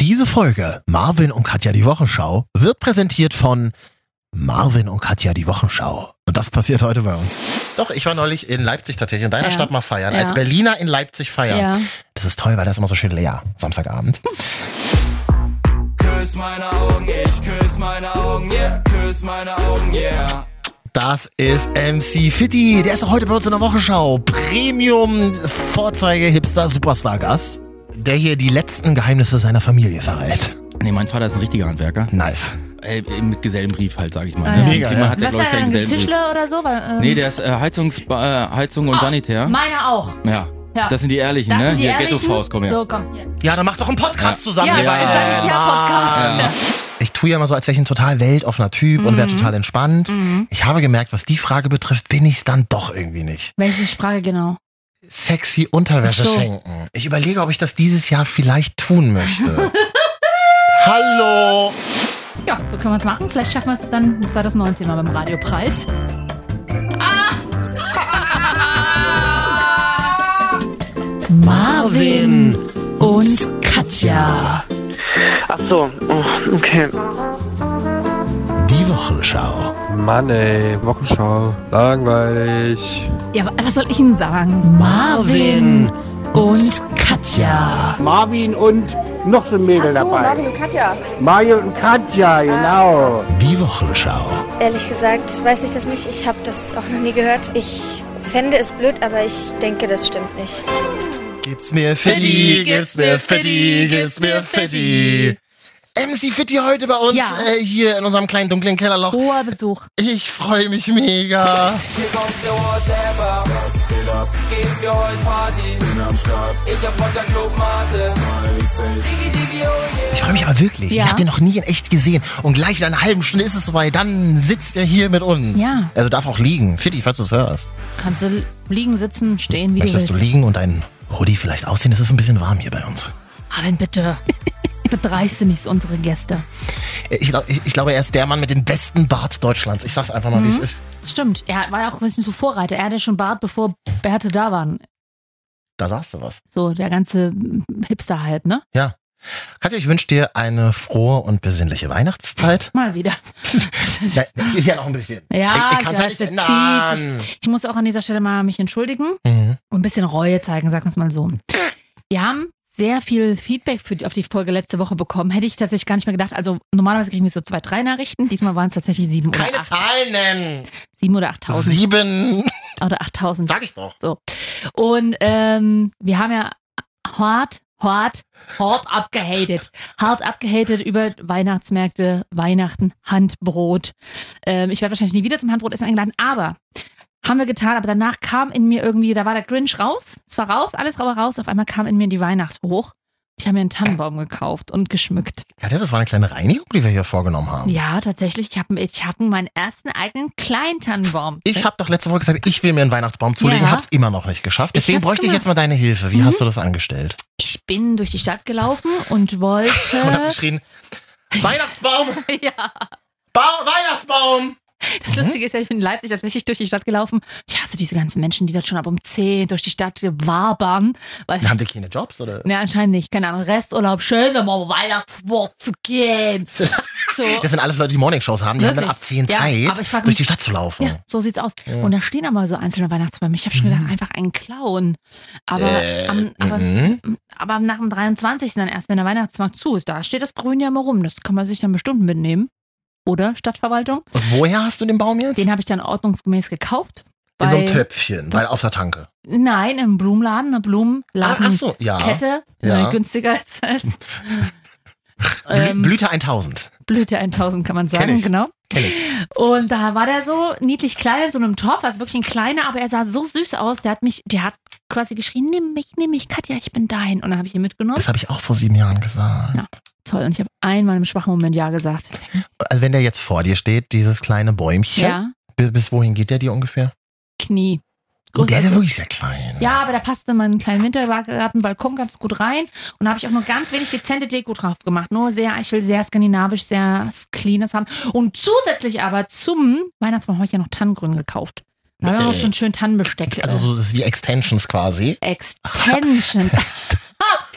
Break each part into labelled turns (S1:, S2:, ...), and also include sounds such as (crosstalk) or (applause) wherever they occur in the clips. S1: Diese Folge Marvin und Katja die Wochenschau wird präsentiert von Marvin und Katja die Wochenschau. Und das passiert heute bei uns. Doch, ich war neulich in Leipzig tatsächlich, in deiner
S2: Ja.
S1: Stadt mal feiern.
S2: Ja.
S1: Als Berliner in Leipzig feiern.
S2: Ja.
S1: Das ist toll, weil das ist immer so schön leer, Samstagabend.
S3: Küss meine Augen, ich küss meine Augen, yeah. Küss meine Augen, yeah.
S1: Das ist MC Fitti. Der ist auch heute bei uns in der Wochenschau. Premium Vorzeige Hipster Superstar Gast, der hier die letzten Geheimnisse seiner Familie verrät.
S4: Nee, mein Vater ist ein richtiger Handwerker.
S1: Nice.
S4: Äh, mit Gesellenbrief halt, sage ich mal.
S2: Ah,
S4: ne?
S2: ja.
S4: Mein
S1: Mega,
S4: Thema
S1: ja.
S4: hat ja,
S2: Was
S4: glaube ich,
S2: war
S4: keinen
S2: denn
S4: Gesellenbrief.
S2: Tischler oder so? Weil, ähm,
S4: Nee, der ist äh, Heizungs, äh, Heizung und Sanitär.
S2: Meiner auch.
S4: Ja.
S2: Ja.
S4: Das sind die Ehrlichen,
S2: Das
S4: ne?
S2: sind die
S4: Hier,
S2: Ehrlichen.
S4: Ghetto-Faust, komm her.
S2: So, komm. hier.
S1: Ja, dann macht doch einen Podcast
S4: Ja.
S1: zusammen,
S2: Ja,
S1: ihr beiden.
S4: einen
S2: Sanitärpodcast.
S1: Mann. Ich tue ja immer so, als wäre ich ein total weltoffener Typ und wäre total entspannt. Ich habe gemerkt, was die Frage betrifft, bin ich dann doch irgendwie nicht.
S2: Welche Sprache genau?
S1: Sexy Unterwäsche
S2: Ach so.
S1: schenken. Ich überlege, ob ich das dieses Jahr vielleicht tun möchte. Hallo!
S2: Ja, so können wir es machen. Vielleicht schaffen wir es dann 2019 mal beim Radiopreis. Ah!
S1: Marvin
S2: und
S1: Katja.
S5: Ach so, oh, okay.
S1: Die Wochenschau.
S6: Mann ey, Wochenschau, langweilig.
S2: Ja, wa- was soll ich Ihnen sagen?
S1: Marvin
S2: und
S1: Katja.
S7: Marvin und noch so ein Mädel
S8: Ach so,
S7: dabei.
S8: Marvin und Katja.
S7: Mario und Katja, genau.
S1: Die Wochenschau.
S9: Ehrlich gesagt weiß ich das nicht. Ich habe das auch noch nie gehört. Ich fände es blöd, aber ich denke, das stimmt nicht.
S1: Gib's mir Fitti, gib's mir Fitti, gib's mir Fitti. MC Fitti heute bei uns
S2: Ja.
S1: äh, hier in unserem kleinen dunklen Kellerloch.
S2: Hoher Besuch.
S1: Ich freue mich mega.
S3: Hier kommt der Whatever. Geben wir heute Party. Ich hab Rotter Club-Mate. Digi, digi, oh yeah.
S1: Ich freue mich aber wirklich.
S2: Ja.
S1: Ich habe den noch nie in echt gesehen. Und gleich in einer halben Stunde ist es soweit. Dann sitzt er hier mit uns.
S2: Ja.
S1: Also darf auch liegen. Fitti, falls du es hörst.
S2: Kannst du liegen, sitzen, stehen, wie
S1: Möchtest du
S2: du willst.
S1: liegen und deinen Hoodie vielleicht ausziehen? Es ist ein bisschen warm hier bei uns.
S2: Marvin, (laughs) bitte. Bedreiste nicht unsere Gäste.
S1: Äh, Ich, glaub, ich, ich glaube, er ist der Mann mit dem besten Bart Deutschlands. Ich sag's einfach mal, wie
S2: Mhm.
S1: es ist.
S2: Stimmt, er war ja auch ein bisschen so Vorreiter. Er hatte schon Bart, bevor Bärte da waren.
S1: Da sagst du was.
S2: So, der ganze Hipster-Hype, ne?
S1: Katja, ich wünsche dir eine frohe und besinnliche Weihnachtszeit.
S2: Mal (laughs) wieder.
S1: Nein, es ist ja noch ein bisschen.
S2: Ja,
S1: ich, ich kann's ja
S2: das
S1: nicht
S2: zieht sich.
S1: ändern.
S2: Ich muss auch an dieser Stelle mal mich entschuldigen
S1: Mhm.
S2: und ein bisschen Reue zeigen, sagen wir es mal so. Wir haben sehr viel Feedback für die, auf die Folge letzte Woche bekommen. Hätte ich tatsächlich gar nicht mehr gedacht. Also normalerweise kriegen wir so zwei, drei Nachrichten. Diesmal waren es tatsächlich sieben
S1: Keine
S2: oder acht.
S1: Zahlen nennen.
S2: Sieben oder achttausend.
S1: Sieben.
S2: Oder achttausend.
S1: Sag ich doch.
S2: Und ähm, wir haben ja hart, hart, hart abgehatet. Hart abgehatet über Weihnachtsmärkte, Weihnachten, Handbrot. Ähm, ich werde wahrscheinlich nie wieder zum Handbrot essen eingeladen, aber haben wir getan. Aber danach kam in mir irgendwie, da war der Grinch raus. Es war raus, alles war raus. Auf einmal kam in mir die Weihnacht hoch. Ich habe mir einen Tannenbaum gekauft und geschmückt.
S1: Katja, das war eine kleine Reinigung, die wir hier vorgenommen haben.
S2: Ja, tatsächlich. Ich habe ich hab meinen ersten eigenen kleinen Tannenbaum.
S1: Ich habe doch letzte Woche gesagt, ich will mir einen Weihnachtsbaum zulegen,
S2: Ja.
S1: hab's immer noch nicht geschafft.
S2: Ich
S1: Deswegen
S2: hab's Mhm.
S1: bräuchte ich
S2: gemacht.
S1: jetzt mal deine Hilfe. Wie hast du das angestellt?
S2: ich bin durch die Stadt gelaufen
S1: Und
S2: und
S1: hab
S2: wollte.
S1: geschrien, Weihnachtsbaum,
S2: Äh. (laughs) ja.
S1: ba Weihnachtsbaum.
S2: Das Lustige ist ja, ich bin in Leipzig tatsächlich durch die Stadt gelaufen. Ich hasse diese ganzen Menschen, die dort schon ab um 10 durch die Stadt wabern. Weil,
S1: Haben die keine Jobs oder?
S2: ne, anscheinend nicht. Keine Ahnung, Resturlaub, schön, um auf Weihnachtswort zu gehen. So.
S1: (laughs) Das sind alles Leute, die Morningshows haben. Die haben dann
S2: Wirklich?
S1: ab 10
S2: Ja, aber ich
S1: Zeit,
S2: frag
S1: durch
S2: mich-
S1: die Stadt zu laufen.
S2: Ja, so sieht's aus. Und da stehen aber so einzelne Weihnachtsbäume. Ich habe schon gedacht, einfach einen klauen. Aber,
S1: Mhm. Äh,
S2: am, aber,
S1: mhm.
S2: aber nach dem 23. dann erst, wenn der Weihnachtsmarkt zu ist, da steht das Grün ja mal rum. Das kann man sich dann bestimmt mitnehmen. Oder Stadtverwaltung.
S1: Und woher hast du den Baum jetzt?
S2: Den habe ich dann ordnungsgemäß gekauft.
S1: In so einem
S2: bei-
S1: Töpfchen, weil auf der Tanke.
S2: Nein, im Blumenladen, eine
S1: Ah,
S2: Blumenladen.
S1: ach so, ja.
S2: Kette,
S1: Ja.
S2: äh, günstiger ist als
S1: Blü-
S2: ähm,
S1: Blüte 1000.
S2: Blüte 1000, kann man
S1: Kenn
S2: sagen,
S1: ich.
S2: genau.
S1: Kenn ich.
S2: Und da war der so niedlich klein in so einem Topf, also wirklich ein kleiner, aber er sah so süß aus. Der hat mich, der hat quasi geschrien, nimm mich, nimm mich, Katja, ich bin dahin. Und dann habe ich ihn mitgenommen.
S1: Das habe ich auch vor sieben Jahren gesagt.
S2: Ja. Toll, und ich habe einmal im schwachen Moment Ja gesagt.
S1: Also wenn der jetzt vor dir steht, dieses kleine Bäumchen,
S2: Ja,
S1: bi- bis wohin geht der dir ungefähr?
S2: Knie. Groß
S1: Der ist ja
S2: als-
S1: wirklich sehr klein.
S2: ja, aber da passte mein kleinen Wintergartenbalkon ganz gut rein. Und da habe ich auch nur ganz wenig dezente Deko drauf gemacht. Nur sehr, ich will sehr skandinavisch, sehr cleanes haben. Und zusätzlich aber zum Weihnachtsbaum habe ich ja noch Tannengrün gekauft. Da haben wir noch so einen
S1: Äh.
S2: schönen Tannenbesteck.
S1: Also so das ist wie Extensions quasi.
S2: Extensions.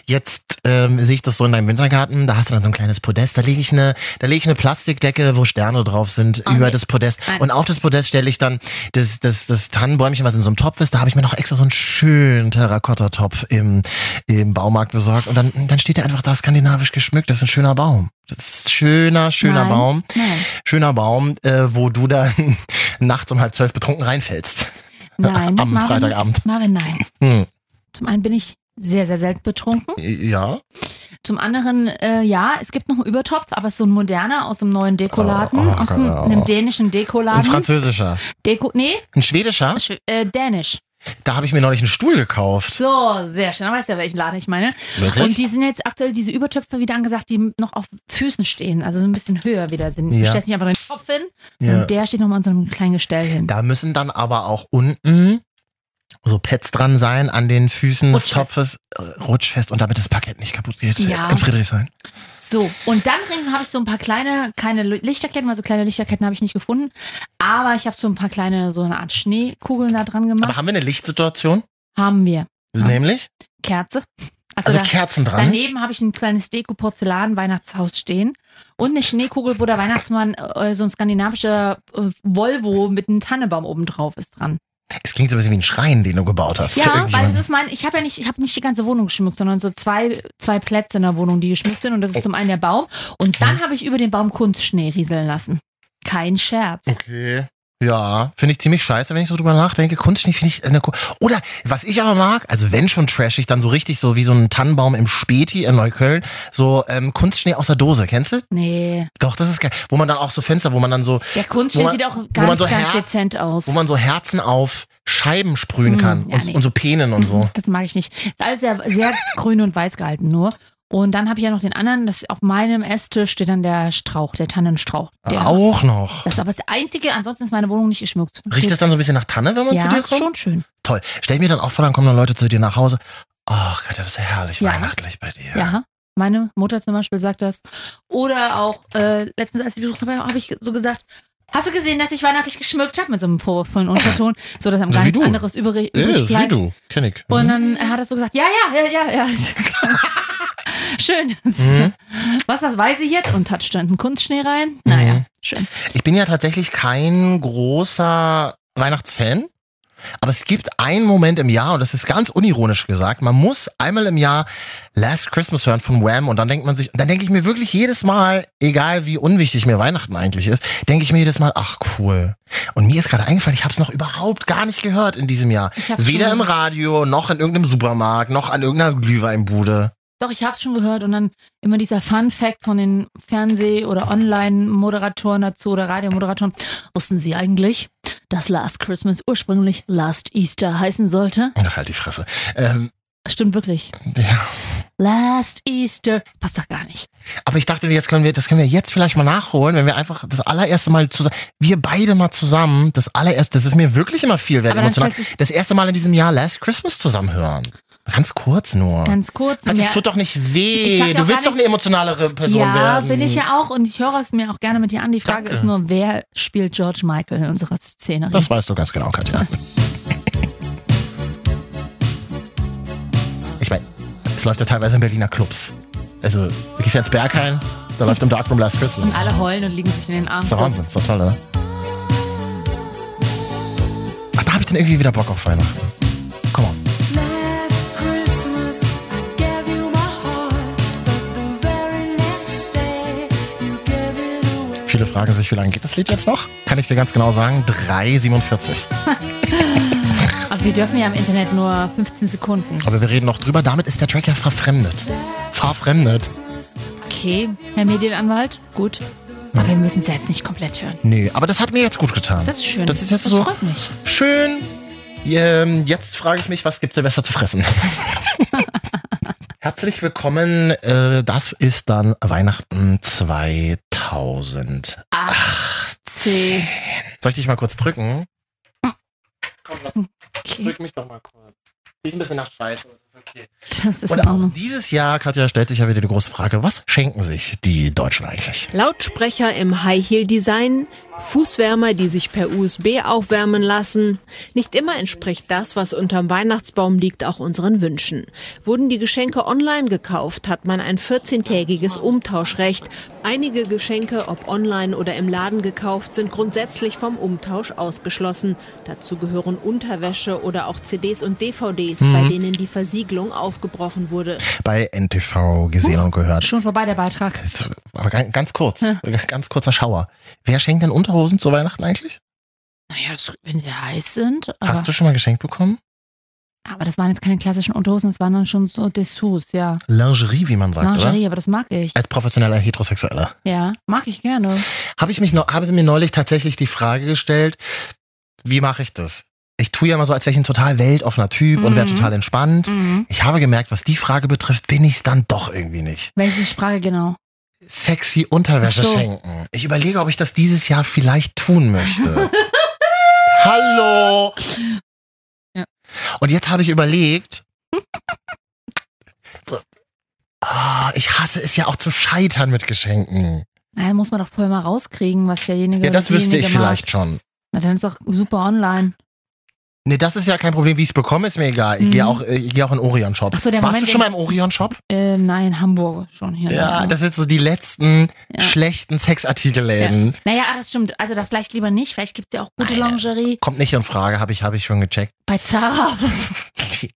S1: Jetzt ähm, sehe ich das so in deinem Wintergarten, da hast du dann so ein kleines Podest, da lege ich eine, da lege ich eine Plastikdecke, wo Sterne drauf sind,
S2: Oh,
S1: über
S2: nee.
S1: das Podest.
S2: Nein.
S1: Und auf das Podest stelle ich dann das, das, das Tannenbäumchen, was in so einem Topf ist. Da habe ich mir noch extra so einen schönen Terrakotta-Topf im, im Baumarkt besorgt. Und dann, dann steht da einfach da skandinavisch geschmückt. Das ist ein schöner Baum. Das ist ein schöner, schöner
S2: Nein.
S1: Baum.
S2: Nein,
S1: Schöner Baum, äh, wo du dann (laughs) nachts um halb zwölf betrunken reinfällst. (laughs)
S2: nein.
S1: Am
S2: Marvin,
S1: Freitagabend.
S2: Marvin, nein.
S1: Hm.
S2: Zum einen bin ich sehr, sehr selten betrunken.
S1: Ja.
S2: Zum anderen, äh, ja, es gibt noch einen Übertopf, aber es ist so ein moderner aus einem neuen Dekoladen,
S1: Oh, oh,
S2: aus einem,
S1: oh.
S2: einem dänischen
S1: Ein
S2: Dekoladen.
S1: französischer.
S2: Deko, nee,
S1: Ein schwedischer.
S2: Schw- äh, dänisch.
S1: Da habe ich mir neulich einen Stuhl gekauft.
S2: So, sehr schön. Aber weißt ja, welchen Laden ich meine.
S1: Wirklich?
S2: Und die sind jetzt aktuell diese Übertöpfe wieder angesagt, die noch auf Füßen stehen, also so ein bisschen höher wieder sind.
S1: Ja.
S2: Du stellst nicht einfach den Kopf hin
S1: ja.
S2: und der steht nochmal an so einem kleinen Gestell hin.
S1: Da müssen dann aber auch unten so Pads dran sein an den Füßen des Topfes.
S2: Rutschfest.
S1: äh, Rutschfest und damit das Parkett nicht kaputt geht.
S2: Ja.
S1: In Friedrichshain.
S2: So, und dann rings habe ich so ein paar kleine, keine Li- Lichterketten, weil so kleine Lichterketten habe ich nicht gefunden. Aber ich habe so ein paar kleine, so eine Art Schneekugeln da dran
S1: Aber
S2: gemacht.
S1: haben wir eine Lichtsituation?
S2: Haben wir. Ja.
S1: Nämlich?
S2: Kerze. Also,
S1: Also
S2: da,
S1: Kerzen dran.
S2: daneben habe ich ein kleines Deko-Porzellan-Weihnachtshaus stehen und eine Schneekugel, wo der Weihnachtsmann, äh, so ein skandinavischer äh, Volvo mit einem Tannebaum oben drauf ist dran.
S1: Es klingt so ein bisschen wie ein Schrein, den du gebaut hast. für
S2: Ja, weil
S1: irgendjemanden.
S2: es ist mein, ich habe ja nicht, ich habe nicht die ganze Wohnung geschmückt, sondern so zwei, zwei Plätze in der Wohnung, die geschmückt sind und
S1: Oh.
S2: das ist zum einen der Baum und
S1: Hm.
S2: dann habe ich über den Baum Kunstschnee rieseln lassen. Kein Scherz.
S1: Oh. Okay. Ja, finde ich ziemlich scheiße, wenn ich so drüber nachdenke. Kunstschnee finde ich eine Ko Oder was ich aber mag, also wenn schon trashig, dann so richtig so wie so ein Tannenbaum im Späti in Neukölln, so ähm, Kunstschnee aus der Dose, kennst du?
S2: Nee.
S1: Doch, das ist geil. Wo man dann auch so Fenster, wo man dann so
S2: Der Kunstschnee
S1: Wo man-
S2: sieht auch
S1: man
S2: ganz,
S1: so
S2: ganz
S1: Her-
S2: dezent aus.
S1: wo man so Herzen auf Scheiben sprühen
S2: Mm,
S1: kann
S2: ja,
S1: und,
S2: nee.
S1: und so Penen und so.
S2: Das mag ich nicht. Ist alles sehr, sehr grün und weiß gehalten nur. Und dann habe ich ja noch den anderen, das auf meinem Esstisch steht dann der Strauch, der Tannenstrauch. Der,
S1: Auch noch.
S2: Das ist aber das Einzige, ansonsten ist meine Wohnung nicht geschmückt.
S1: Riecht das dann so ein bisschen nach Tanne, wenn man
S2: ja,
S1: zu dir
S2: ist
S1: kommt?
S2: schon schön.
S1: Toll. Stell mir dann auch vor, dann kommen dann Leute zu dir nach Hause. Ach Gott, das ist ja herrlich
S2: Ja.
S1: weihnachtlich bei dir.
S2: Ja. Meine Mutter zum Beispiel sagt das. Oder auch äh, letztens, als ich besucht habe, habe ich so gesagt, hast du gesehen, dass ich weihnachtlich geschmückt habe mit so einem vorwurfsvollen Unterton, so dass einem
S1: So
S2: gar
S1: wie
S2: nichts
S1: du.
S2: anderes übrig,
S1: Ja,
S2: übrig
S1: ist wie
S2: bleibt.
S1: du. Mhm. Kenn ich.
S2: Und dann hat er so gesagt, ja, ja, ja, ja,
S1: (laughs)
S2: (laughs) ja. schön.
S1: Mhm.
S2: Was das weiß ich jetzt? Und hat stand ein Kunstschnee rein. Naja,
S1: Mhm.
S2: schön.
S1: Ich bin ja tatsächlich kein großer Weihnachtsfan. Aber es gibt einen Moment im Jahr, und das ist ganz unironisch gesagt, man muss einmal im Jahr Last Christmas hören von Wham und dann denkt man sich, dann denke ich mir wirklich jedes Mal, egal wie unwichtig mir Weihnachten eigentlich ist, denke ich mir jedes Mal, ach cool. Und mir ist gerade eingefallen, ich habe es noch überhaupt gar nicht gehört in diesem Jahr.
S2: Ich hab's
S1: Weder
S2: schon,
S1: im Radio, noch in irgendeinem Supermarkt, noch an irgendeiner Glühweinbude.
S2: Doch, ich hab's schon gehört. Und dann immer dieser Fun Fact von den Fernseh- oder Online-Moderatoren dazu oder Radiomoderatoren. Wussten Sie eigentlich, dass Last Christmas ursprünglich Last Easter heißen sollte?
S1: Ach, halt die Fresse. Ähm, (laughs)
S2: Stimmt wirklich.
S1: ja.
S2: Last Easter. Passt doch gar nicht.
S1: Aber ich dachte, jetzt können wir, das können wir jetzt vielleicht mal nachholen, wenn wir einfach das allererste Mal zusammen, wir beide mal zusammen, das allererste, das ist mir wirklich immer viel wert,
S2: Aber dann
S1: emotional,
S2: stellt sich
S1: das erste Mal in diesem Jahr Last Christmas zusammen hören. Ganz kurz nur.
S2: ganz kurz.
S1: Hat,
S2: und
S1: das
S2: ja-
S1: tut doch nicht
S2: Ich sag
S1: weh.
S2: ja
S1: Du
S2: auch
S1: willst
S2: gar
S1: doch eine emotionalere Person
S2: ja,
S1: werden.
S2: bin ich ja auch und ich höre es mir auch gerne mit dir an. Die Frage
S1: Danke.
S2: ist nur, wer spielt George Michael in unserer Szene?
S1: Das weißt du ganz genau, Katja. ich meine, es läuft ja teilweise in Berliner Clubs. Also, du gehst ja ins Berghain, da läuft im Darkroom Last Christmas.
S2: und alle heulen und liegen sich in den Armen.
S1: Ist doch Wahnsinn, ist doch toll, oder? Ach, da habe ich dann irgendwie wieder Bock auf Weihnachten. Komm on. Viele fragen sich, wie lange geht das Lied jetzt noch? Kann ich dir ganz genau sagen, 3,47.
S2: Aber wir dürfen ja im Internet nur 15 Sekunden.
S1: Aber wir reden noch drüber, damit ist der Track ja verfremdet. Verfremdet?
S2: Okay, Herr Medienanwalt, gut. Aber wir müssen es ja jetzt nicht komplett hören.
S1: Nee, aber das hat mir jetzt gut getan.
S2: Das ist schön.
S1: Das ist jetzt so
S2: freut mich.
S1: schön. Ähm, jetzt frage ich mich, was gibt Silvester zu fressen? Herzlich willkommen. Äh, das ist dann Weihnachten 2000.
S2: C.
S1: Soll ich dich mal kurz drücken? Komm, lass,
S2: Okay.
S1: drück mich doch mal kurz. Riecht ein bisschen nach Scheiße. Das ist okay.
S2: Das ist in
S1: Und auch
S2: Ordnung.
S1: dieses Jahr, Katja, stellt sich ja wieder die große Frage, was schenken sich die Deutschen eigentlich?
S8: Lautsprecher im High-Heel-Design, Fußwärmer, die sich per USB aufwärmen lassen. Nicht immer entspricht das, was unterm Weihnachtsbaum liegt, auch unseren Wünschen. Wurden die Geschenke online gekauft, hat man ein 14-tägiges Umtauschrecht. Einige Geschenke, ob online oder im Laden gekauft, sind grundsätzlich vom Umtausch ausgeschlossen. Dazu gehören Unterwäsche oder auch CDs und DVDs, bei denen die Versiegelung aufgebrochen wurde.
S1: Bei NTV gesehen und gehört.
S2: Schon vorbei der Beitrag.
S1: Aber ganz, ganz kurz, ganz kurzer Schauer. Wer schenkt denn Unterhosen zu Weihnachten eigentlich?
S2: Naja, das, wenn sie heiß sind. Aber,
S1: Hast du schon mal geschenkt bekommen?
S2: aber das waren jetzt keine klassischen Unterhosen, das waren dann schon so Dessous, ja.
S1: Lingerie, wie man sagt, oder?
S2: Lingerie, aber das mag ich.
S1: Als professioneller Heterosexueller.
S2: Ja, mag ich gerne.
S1: Habe ich mich noch, habe mir neulich tatsächlich die Frage gestellt, wie mache ich das? Ich tue ja immer so, als wäre ich ein total weltoffener Typ und wäre
S2: Mhm.
S1: total entspannt. Ich habe gemerkt, was die Frage betrifft, bin ich es dann doch irgendwie nicht.
S2: Welche Frage genau?
S1: Sexy Unterwäsche
S2: Ach so.
S1: schenken. Ich überlege, ob ich das dieses Jahr vielleicht tun
S2: (laughs)
S1: möchte. Hallo!
S2: Ja.
S1: Und jetzt habe ich überlegt, ah, ich hasse es ja auch zu scheitern mit Geschenken.
S2: Na, muss man doch vorher mal rauskriegen, was derjenige.
S1: Ja, das
S2: oder
S1: wüsste ich
S2: diejenige mag.
S1: vielleicht schon.
S2: Na, dann ist doch super online.
S1: Nee, das ist ja kein Problem. Wie ich es bekomme, ist mir egal. Ich
S2: Mhm.
S1: gehe auch, äh, ich gehe auch in den Orion-Shop.
S2: Ach so, der
S1: Warst
S2: Moment,
S1: du schon mal
S2: wenn-
S1: im Orion-Shop?
S2: Ähm, nein, Hamburg schon hier.
S1: Ja, das sind so die letzten
S2: Ja.
S1: schlechten Sexartikelläden.
S2: Naja, ah, das stimmt. Also da vielleicht lieber nicht. Vielleicht gibt es ja auch gute
S1: Nein.
S2: Lingerie.
S1: Kommt nicht in Frage, habe ich, habe ich schon gecheckt.
S2: Bei Zara. (laughs)
S1: Die-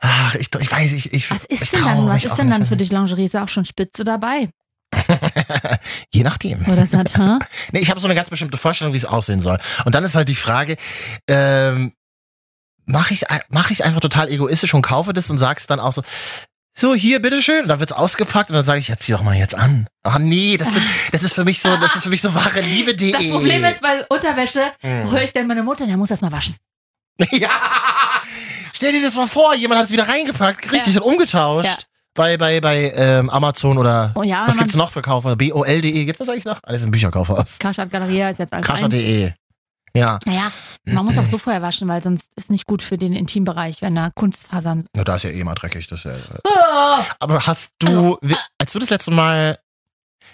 S1: Ach, ich, ich weiß, ich, ich,
S2: Was
S1: ich
S2: ist denn
S1: trau
S2: dann? Was
S1: mich auch
S2: ist denn dann
S1: nicht.
S2: für dich Lingerie? Ist ja auch schon Spitze dabei.
S1: (laughs) Je nachdem.
S2: Oder Satin.
S1: (laughs) Nee, ich habe so eine ganz bestimmte Vorstellung, wie es aussehen soll. Und dann ist halt die Frage, ähm, mache ich mache ich einfach total egoistisch und kaufe das und sag's dann auch so, so hier bitteschön, und dann wird's ausgepackt und dann sage ich, ja zieh doch mal jetzt an. Ah nee, das,
S2: (laughs)
S1: wird, das ist für mich so, das ist für mich so wahre Liebe.de.
S2: Das Problem ist, bei Unterwäsche
S1: Hm.
S2: höre ich dann meine Mutter, der muss das mal waschen.
S1: (laughs) ja. Stell dir das mal vor, jemand hat es wieder reingepackt, richtig und umgetauscht.
S2: Ja.
S1: Bei bei bei ähm, Amazon oder
S2: Oh ja,
S1: was
S2: man-
S1: gibt's noch für Kaufer? BOL.de E, gibt das eigentlich noch? Alles im Bücherkaufhaus.
S2: Karstadt Galeria ist jetzt alles ein.
S1: Kascha.de. Ja,
S2: Naja, man muss auch so vorher waschen, weil sonst ist nicht gut für den Intimbereich, wenn da Kunstfasern.
S1: na da ist ja eh mal dreckig, das ist ja äh.
S2: Oh,
S1: Aber hast du,
S2: Ah.
S1: wi- als du das letzte Mal,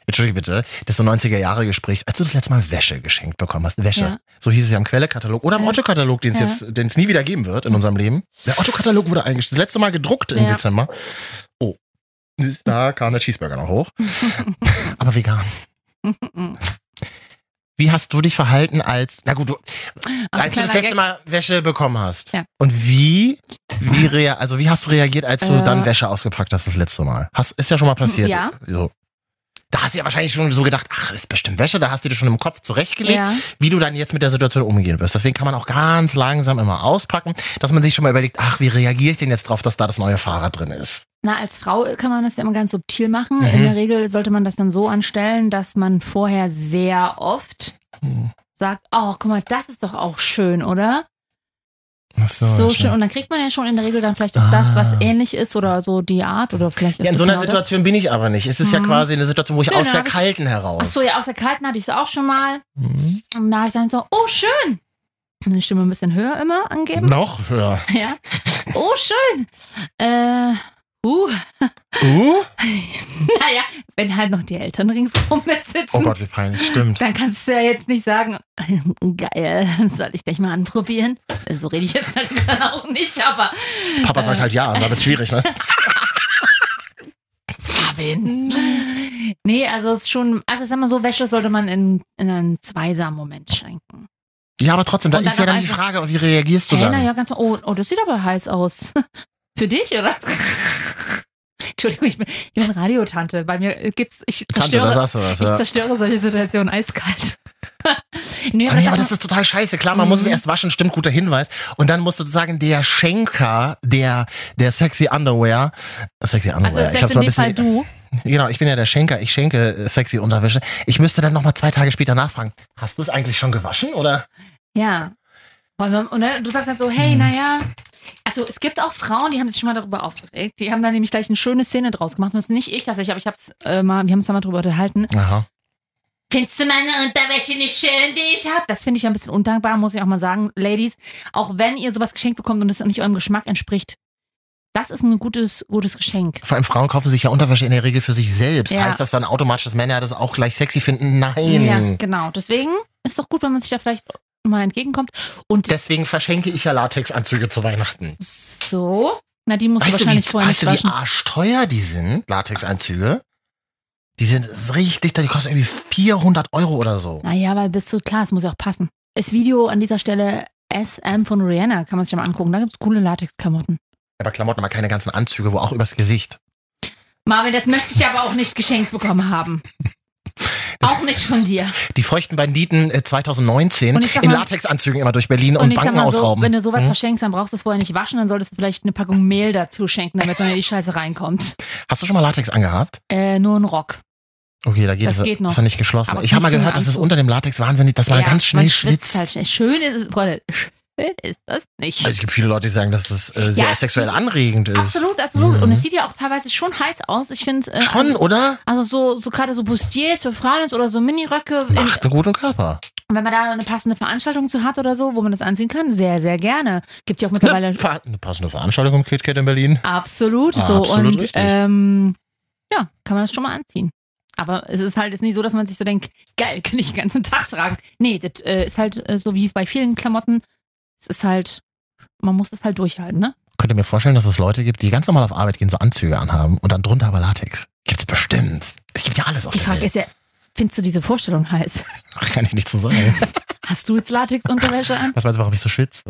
S1: entschuldige bitte, das ist so 90er-Jahre-Gespräch, als du das letzte Mal Wäsche geschenkt bekommen hast, Wäsche,
S2: Ja.
S1: so hieß es ja im Quelle-Katalog oder im
S2: Ja.
S1: Otto-Katalog, den es
S2: Ja.
S1: jetzt, den es nie wieder geben wird in unserem Leben. Der Otto-Katalog wurde eigentlich das letzte Mal gedruckt im
S2: Ja.
S1: Dezember. Oh,
S2: (laughs)
S1: da kam der Cheeseburger noch hoch, aber vegan. Wie hast du dich verhalten als, na gut, du, als du das letzte Mal Wäsche bekommen hast?
S2: Ja.
S1: Und wie, wie rea also wie hast du reagiert, als du
S2: Äh. Hm,
S1: dann Wäsche ausgepackt hast das letzte Mal? Hast, ist ja schon mal passiert.
S2: Ja.
S1: So. Da hast du ja wahrscheinlich schon so gedacht, ach, ist bestimmt Wäsche, da hast du dir schon im Kopf zurechtgelegt,
S2: Ja.
S1: wie du dann jetzt mit der Situation umgehen wirst. Deswegen kann man auch ganz langsam immer auspacken, dass man sich schon mal überlegt, ach, wie reagiere ich denn jetzt drauf, dass da das neue Fahrrad drin ist?
S2: Na, als Frau kann man das ja immer ganz subtil machen.
S1: Mhm.
S2: In der Regel sollte man das dann so anstellen, dass man vorher sehr oft
S1: Hm.
S2: sagt, oh, guck mal, das ist doch auch schön, oder?
S1: Ach so,
S2: so
S1: ja,
S2: schön.
S1: stimmt.
S2: Und dann kriegt man ja schon in der Regel dann vielleicht auch das,
S1: Ah.
S2: was ähnlich ist oder so die Art oder vielleicht.
S1: Ja, in
S2: ist
S1: so einer
S2: genau das.
S1: Situation bin ich aber nicht. Es ist ja
S2: Mhm.
S1: quasi eine Situation, wo ich
S2: Nö,
S1: aus
S2: da
S1: der
S2: hab ich-
S1: Kalten heraus.
S2: Ach so, ja, aus der Kalten hatte ich es auch schon mal.
S1: Mhm.
S2: Und da habe ich dann so, oh, schön. Die Stimme ein bisschen höher immer angeben.
S1: Noch höher.
S2: (laughs) Ja. Oh, schön. Äh, uh,
S1: Uh?
S2: (laughs) naja, wenn halt noch die Eltern (laughs) ringsrum mit sitzen.
S1: Oh Gott, wie peinlich. Stimmt.
S2: Dann kannst du ja jetzt nicht sagen, (laughs) geil, (laughs) soll ich dich mal anprobieren? So rede ich jetzt natürlich (laughs) dann auch nicht, aber äh,
S1: Papa sagt halt ja, aber das ist
S2: (laughs)
S1: schwierig, ne?
S2: Marvin. Nee, also es ist schon, also ich sag mal so, Wäsche sollte man in, in einen zweisamen Moment schenken.
S1: Ja, aber trotzdem, da
S2: Und
S1: ist ja
S2: dann
S1: dann die
S2: einfach-
S1: Frage, und wie reagierst du
S2: Hey,
S1: dann?
S2: na ja, ganz, oh, oh, das sieht aber heiß aus. (laughs) Für dich, oder? (laughs) Entschuldigung, ich bin, ich bin Radiotante. Bei mir gibt's, ich
S1: Tante,
S2: zerstöre,
S1: da sagst du was.
S2: ich
S1: Ja.
S2: zerstöre solche Situationen eiskalt. (laughs) nee,
S1: Ah, nee, aber
S2: sag
S1: das
S2: mal- also
S1: ist total scheiße. Klar, man muss es
S2: Mhm.
S1: erst waschen, stimmt, guter Hinweis. Und dann muss sozusagen der Schenker, der, der sexy Underwear, sexy
S2: also
S1: Underwear,
S2: das
S1: ich
S2: wärst
S1: hab's
S2: in
S1: mal ein
S2: dem Fall
S1: bisschen,
S2: du.
S1: genau, ich bin ja der Schenker, ich schenke äh, sexy Unterwäsche. Ich müsste dann nochmal zwei Tage später nachfragen, hast du es eigentlich schon gewaschen oder?
S2: Ja. Wollen wir- Und dann- du sagst dann so, hey, naja. Also es gibt auch Frauen, die haben sich schon mal darüber aufgeregt. Die haben da nämlich gleich eine schöne Szene draus gemacht. Das ist nicht ich tatsächlich, aber ich hab's äh, mal, wir haben uns da mal drüber unterhalten.
S1: Aha.
S2: Findest du meine Unterwäsche nicht schön, die ich hab? Das finde ich ein bisschen undankbar, muss ich auch mal sagen, Ladies. Auch wenn ihr sowas geschenkt bekommt und es nicht eurem Geschmack entspricht, Das ist ein gutes, gutes Geschenk.
S1: Vor allem Frauen kaufen sich ja Unterwäsche in der Regel für sich selbst.
S2: Ja.
S1: Heißt das dann automatisch, dass Männer das auch gleich sexy finden? Nein.
S2: Ja, genau. Deswegen ist doch gut, wenn man sich da vielleicht mal entgegenkommt. Und
S1: Deswegen verschenke ich ja Latexanzüge zu Weihnachten.
S2: so, na, die musst du
S1: Weißt du, wie,
S2: wahrscheinlich vorher
S1: weißt
S2: nicht
S1: du, wie
S2: waschen.
S1: arschteuer die sind, Latexanzüge? Die sind richtig, die kosten irgendwie 400 Euro oder so.
S2: Naja, weil bist du klar, es muss ja auch passen. Das Video an dieser Stelle SM von Rihanna kann man sich ja mal angucken. Da gibt's coole Latexklamotten.
S1: Aber Klamotten, aber keine ganzen Anzüge, wo auch übers Gesicht.
S2: Marvin, das möchte ich aber auch nicht geschenkt bekommen haben. auch nicht von dir.
S1: Die feuchten Banditen äh, 2019
S2: Und ich sag
S1: in
S2: mal-
S1: Latexanzügen immer durch Berlin und,
S2: ich sag
S1: Banken
S2: mal so,
S1: ausrauben.
S2: wenn du sowas
S1: Hm?
S2: verschenkst, dann brauchst du es vorher nicht waschen, dann solltest du vielleicht eine Packung Mehl dazu schenken, damit man in die Scheiße reinkommt.
S1: Hast du schon mal Latex angehabt?
S2: Äh, nur ein Rock.
S1: Okay, da geht
S2: Das
S1: es.
S2: geht noch.
S1: Ist ja nicht geschlossen.
S2: Aber
S1: ich habe mal
S2: trotzdem
S1: gehört, dass es
S2: Anzug.
S1: unter dem Latex wahnsinnig, dass man
S2: Ja,
S1: ganz schnell
S2: man
S1: schwitzt.
S2: Halt schnell. Schön ist es, Freunde, schön ist das nicht.
S1: Also es gibt viele Leute, die sagen, dass das äh, sehr
S2: Ja,
S1: sexuell anregend ist.
S2: absolut, absolut.
S1: Mhm.
S2: Und es sieht ja auch teilweise schon heiß aus. Ich finde äh,
S1: Schon,
S2: Also,
S1: oder?
S2: also so, so gerade so Bustiers für Franes oder so Miniröcke. in-
S1: Macht einen guten Körper.
S2: Und wenn man da eine passende Veranstaltung zu hat oder so, wo man das anziehen kann, sehr, sehr gerne. Gibt ja auch mittlerweile
S1: Eine, Ne, Ver- eine passende Veranstaltung im KitKat in Berlin.
S2: Absolut
S1: Ah,
S2: so.
S1: absolut
S2: und
S1: richtig.
S2: ähm, ja, kann man das schon mal anziehen. Aber es ist halt jetzt nicht so, dass man sich so denkt, geil, (laughs) kann ich den ganzen Tag tragen. Nee, das äh, ist halt äh, so wie bei vielen Klamotten. Es ist halt, man muss es halt durchhalten, ne?
S1: Könnt ihr mir vorstellen, dass es Leute gibt, die ganz normal auf Arbeit gehen, so Anzüge anhaben und dann drunter aber Latex? Gibt's bestimmt. Es gibt ja alles auf
S2: Die
S1: der
S2: Frage
S1: Welt.
S2: ist ja, findest du diese Vorstellung heiß?
S1: Ach, kann ich nicht so
S2: (laughs)
S1: sagen.
S2: Hast du jetzt Latex-Unterwäsche an?
S1: Was meinst du, warum ich so schwitze?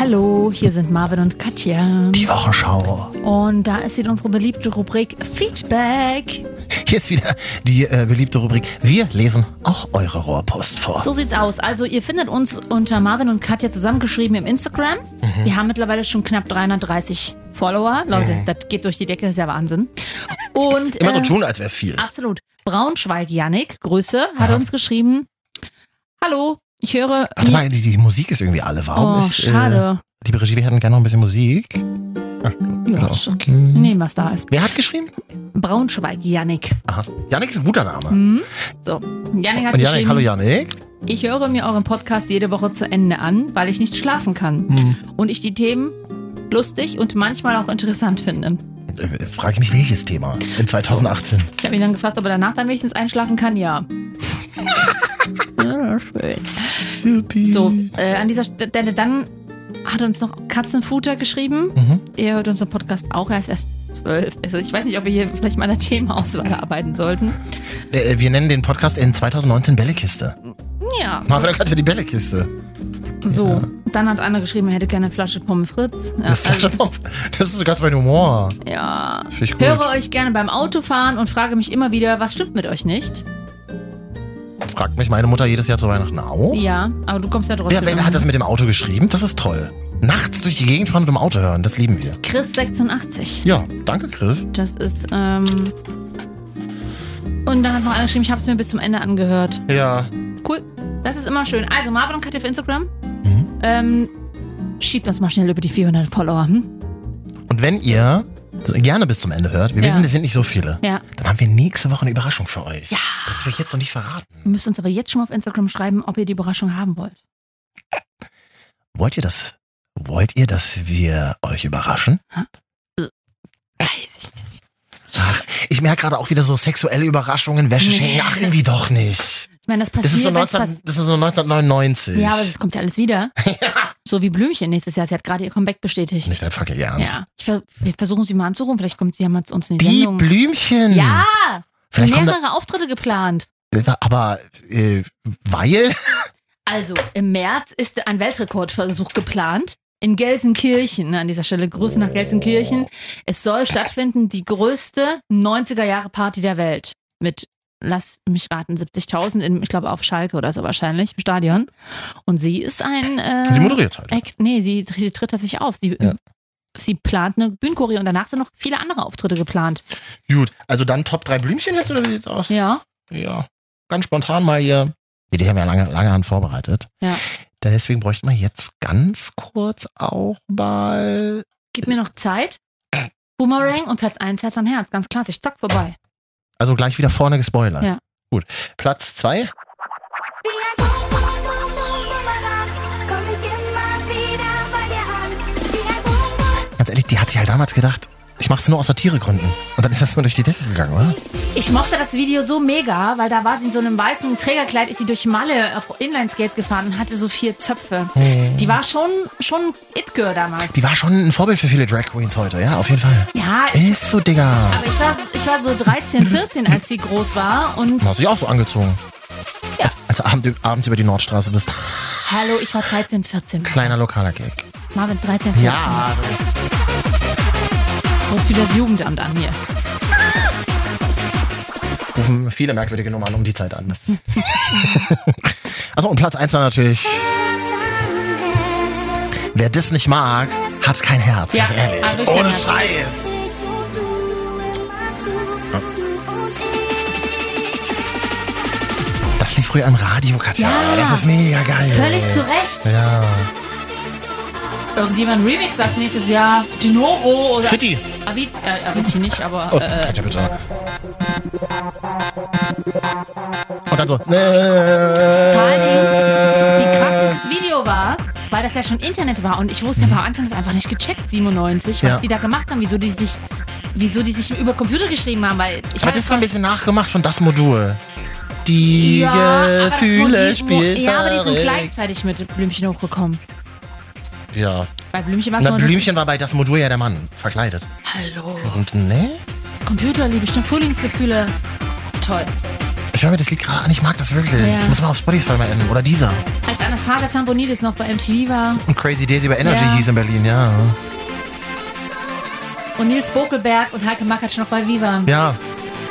S2: Hallo, hier sind Marvin und Katja.
S1: Die Wochenschau.
S2: Und da ist wieder unsere beliebte Rubrik Feedback.
S1: Hier ist wieder die äh, beliebte Rubrik. Wir lesen auch eure Rohrpost vor.
S2: So sieht's aus. Also ihr findet uns unter Marvin und Katja zusammengeschrieben im Instagram.
S1: Mhm.
S2: Wir haben mittlerweile schon knapp 330 Follower. Leute, das geht durch die Decke, ist ja Wahnsinn. Und
S1: Immer so
S2: äh,
S1: tun, als wär's viel.
S2: absolut. Braunschweig Yannick, Grüße, hat
S1: Ja.
S2: uns geschrieben. Hallo, ich höre.
S1: Warte mal, die, die Musik ist irgendwie alle. Warum
S2: oh,
S1: ist.
S2: schade.
S1: Äh, liebe Regie, wir hätten gerne noch ein bisschen Musik.
S2: ja,
S1: genau.
S2: ist okay. Nehmen, was da ist.
S1: Wer hat geschrieben?
S2: Braunschweig Yannick.
S1: Aha. Janik ist ein guter Name.
S2: Hm? So, Yannick hat
S1: Und
S2: geschrieben.
S1: Janik, hallo Janik.
S2: Ich höre mir euren Podcast jede Woche zu Ende an, weil ich nicht schlafen kann.
S1: Mhm.
S2: Und ich die Themen lustig und manchmal auch interessant finde.
S1: Äh, Frage ich mich, welches Thema? In 2018.
S2: Ich habe ihn dann gefragt, ob er danach dann wenigstens einschlafen
S1: (laughs)
S2: kann. Ja. ja schön.
S1: Supi.
S2: So, äh, an dieser Stelle dann hat uns noch Katzenfutter geschrieben.
S1: Mhm.
S2: Ihr hört unseren Podcast auch erst erst zwölf. Also ich weiß nicht, ob wir hier vielleicht mal eine Themenauswahl arbeiten sollten.
S1: Äh, äh, wir nennen den Podcast in 2019 Bällekiste.
S2: Mhm. Ja.
S1: Marvin, kannst du die Bällekiste.
S2: So, dann hat einer geschrieben, er hätte gerne eine Flasche Pommes Fritz. Ja,
S1: Eine Flasche Pommes. Das ist ganz mein Humor.
S2: Also, ja.
S1: Finde ich gut.
S2: Höre euch gerne beim Autofahren und frage mich immer wieder, was stimmt mit euch nicht?
S1: Fragt mich meine Mutter jedes Jahr zu Weihnachten auch.
S2: Ja, aber du kommst ja trotzdem.
S1: Wer, wer hat das mit dem Auto geschrieben? Das ist toll. Nachts durch die Gegend fahren und im Auto hören, das lieben wir.
S2: Chris 86.
S1: Ja, danke, Chris.
S2: Das ist, ähm. Und dann hat noch einer geschrieben, ich habe es mir bis zum Ende angehört.
S1: Ja.
S2: Cool. Das ist immer schön. Also, Marvin und Katja auf Instagram.
S1: Mhm.
S2: Ähm, schiebt uns mal schnell über die 400 Follower. Hm?
S1: Und wenn ihr gerne bis zum Ende hört, wir
S2: Ja.
S1: wissen, das sind nicht so viele,
S2: Ja.
S1: dann haben wir nächste Woche eine Überraschung für euch.
S2: Ja.
S1: Das will ich jetzt noch nicht verraten.
S2: Ihr müsst uns aber jetzt schon mal auf Instagram schreiben, ob ihr die Überraschung haben wollt.
S1: Wollt ihr das? Wollt ihr, dass wir euch überraschen?
S2: Äh, Weiß ich nicht.
S1: Ich merke gerade auch wieder so sexuelle Überraschungen, Wäsche
S2: Nee.
S1: schenken. Ach, irgendwie doch nicht.
S2: Ich meine, das passiert.
S1: Das ist so,
S2: wenn's
S1: 19,
S2: pass-
S1: das ist so 1999.
S2: ja, aber das kommt ja
S1: (laughs)
S2: alles wieder. So wie Blümchen nächstes Jahr. Sie hat gerade ihr Comeback bestätigt.
S1: Nicht dein fucking Ernst.
S2: Ja, ich ver wir versuchen sie mal anzurufen. Vielleicht kommt sie ja mal zu uns in die,
S1: Die
S2: Sendung.
S1: Blümchen.
S2: ja,
S1: Vielleicht kommt
S2: mehrere Auftritte geplant.
S1: da, aber äh, weil
S2: Also, im März ist ein Weltrekordversuch geplant. In Gelsenkirchen, ne, an dieser Stelle Grüße nach Gelsenkirchen. Es soll stattfinden, die größte 90er-Jahre-Party der Welt. Mit, lass mich raten, 70.000, in, ich glaube auf Schalke oder so wahrscheinlich, im Stadion. Und sie ist ein... Äh,
S1: sie moderiert halt.
S2: Act, nee, sie, sie tritt tatsächlich auf. Sie,
S1: Ja.
S2: sie plant eine Bühnenchoreo und danach sind noch viele andere Auftritte geplant.
S1: Gut, also dann Top 3 Blümchen jetzt oder wie sieht's aus?
S2: Ja,
S1: Ja, ganz spontan mal hier. Die haben ja lange, lange Hand vorbereitet.
S2: Ja.
S1: Deswegen bräuchten wir jetzt ganz kurz auch mal.
S2: gib mir noch Zeit. Boomerang und Platz 1 Herz an Herz, ganz klassisch, zack, vorbei.
S1: Also gleich wieder vorne gespoilert.
S2: Ja.
S1: Gut. Platz zwei. Ganz ehrlich, die hat sich halt damals gedacht, ich mache es nur aus Satiregründen. Und dann ist das nur durch die Decke gegangen, oder?
S2: Ich mochte das Video so mega, weil da war sie in so einem weißen Trägerkleid, ist sie durch Malle auf Inlineskates gefahren und hatte so vier Zöpfe. Die war schon, schon It-Girl damals.
S1: Hm. Die war schon ein Vorbild für viele Drag Queens heute, ja, auf jeden Fall.
S2: ja, ich,
S1: Ist so, Digga.
S2: aber ich war, ich war so 13, 14, als sie groß war und
S1: Hat sich auch so angezogen.
S2: Ja.
S1: Als, als du abend, abends über die Nordstraße bist.
S2: hallo, ich war 13, 14.
S1: Kleiner lokaler Gag.
S2: Marvin, 13, 14.
S1: Ja,
S2: So für das Jugendamt an mir.
S1: rufen viele merkwürdige Nummern um die Zeit an. (laughs) also und Platz 1 dann natürlich. Wer das nicht mag, hat kein Herz.
S2: Ja,
S1: ganz
S2: aber
S1: ehrlich.
S2: ich
S1: Ohne
S2: bin-
S1: Scheiß. Das lief früher im Radio, Katja.
S2: Ja.
S1: Das ist mega geil.
S2: Völlig zu Recht.
S1: Ja.
S2: Irgendjemand remix das nächstes Jahr. De Novo oder
S1: Fitti.
S2: Avi, äh, Avicii nicht, aber
S1: Oh,
S2: äh,
S1: Katja, bitte. Und dann so. Äh,
S2: wie krass das Video war, weil das ja schon Internet war und ich wusste aber anfangs einfach nicht gecheckt, 97, was
S1: Ja.
S2: die da gemacht haben, wieso die sich, wieso die sich über Computer geschrieben haben, weil ich
S1: Aber
S2: hatte
S1: das war ein bisschen nachgemacht von das Modul. Die
S2: ja, aber das
S1: Gefühle
S2: Motiv- Mo-
S1: spielen.
S2: Ja, aber die sind
S1: verrückt.
S2: gleichzeitig mit Blümchen hochgekommen.
S1: Ja.
S2: Bei Blümchen war es
S1: Na,
S2: nur das-
S1: Blümchen war bei das Modul ja der Mann, verkleidet.
S2: Hallo.
S1: Und ne?
S2: Computerliebe, ich ne? Frühlingsgefühle. Toll.
S1: Ich höre mir das Lied gerade an, ich mag das wirklich.
S2: Ja.
S1: Ich muss mal auf Spotify mal enden. Oder dieser.
S2: Als Anastasia Zambonidis noch bei MTV war
S1: Und Crazy Daisy bei Energy
S2: Ja.
S1: hieß in Berlin, ja.
S2: und Nils Bokelberg und Heike Makatsch noch bei Viva.
S1: Ja,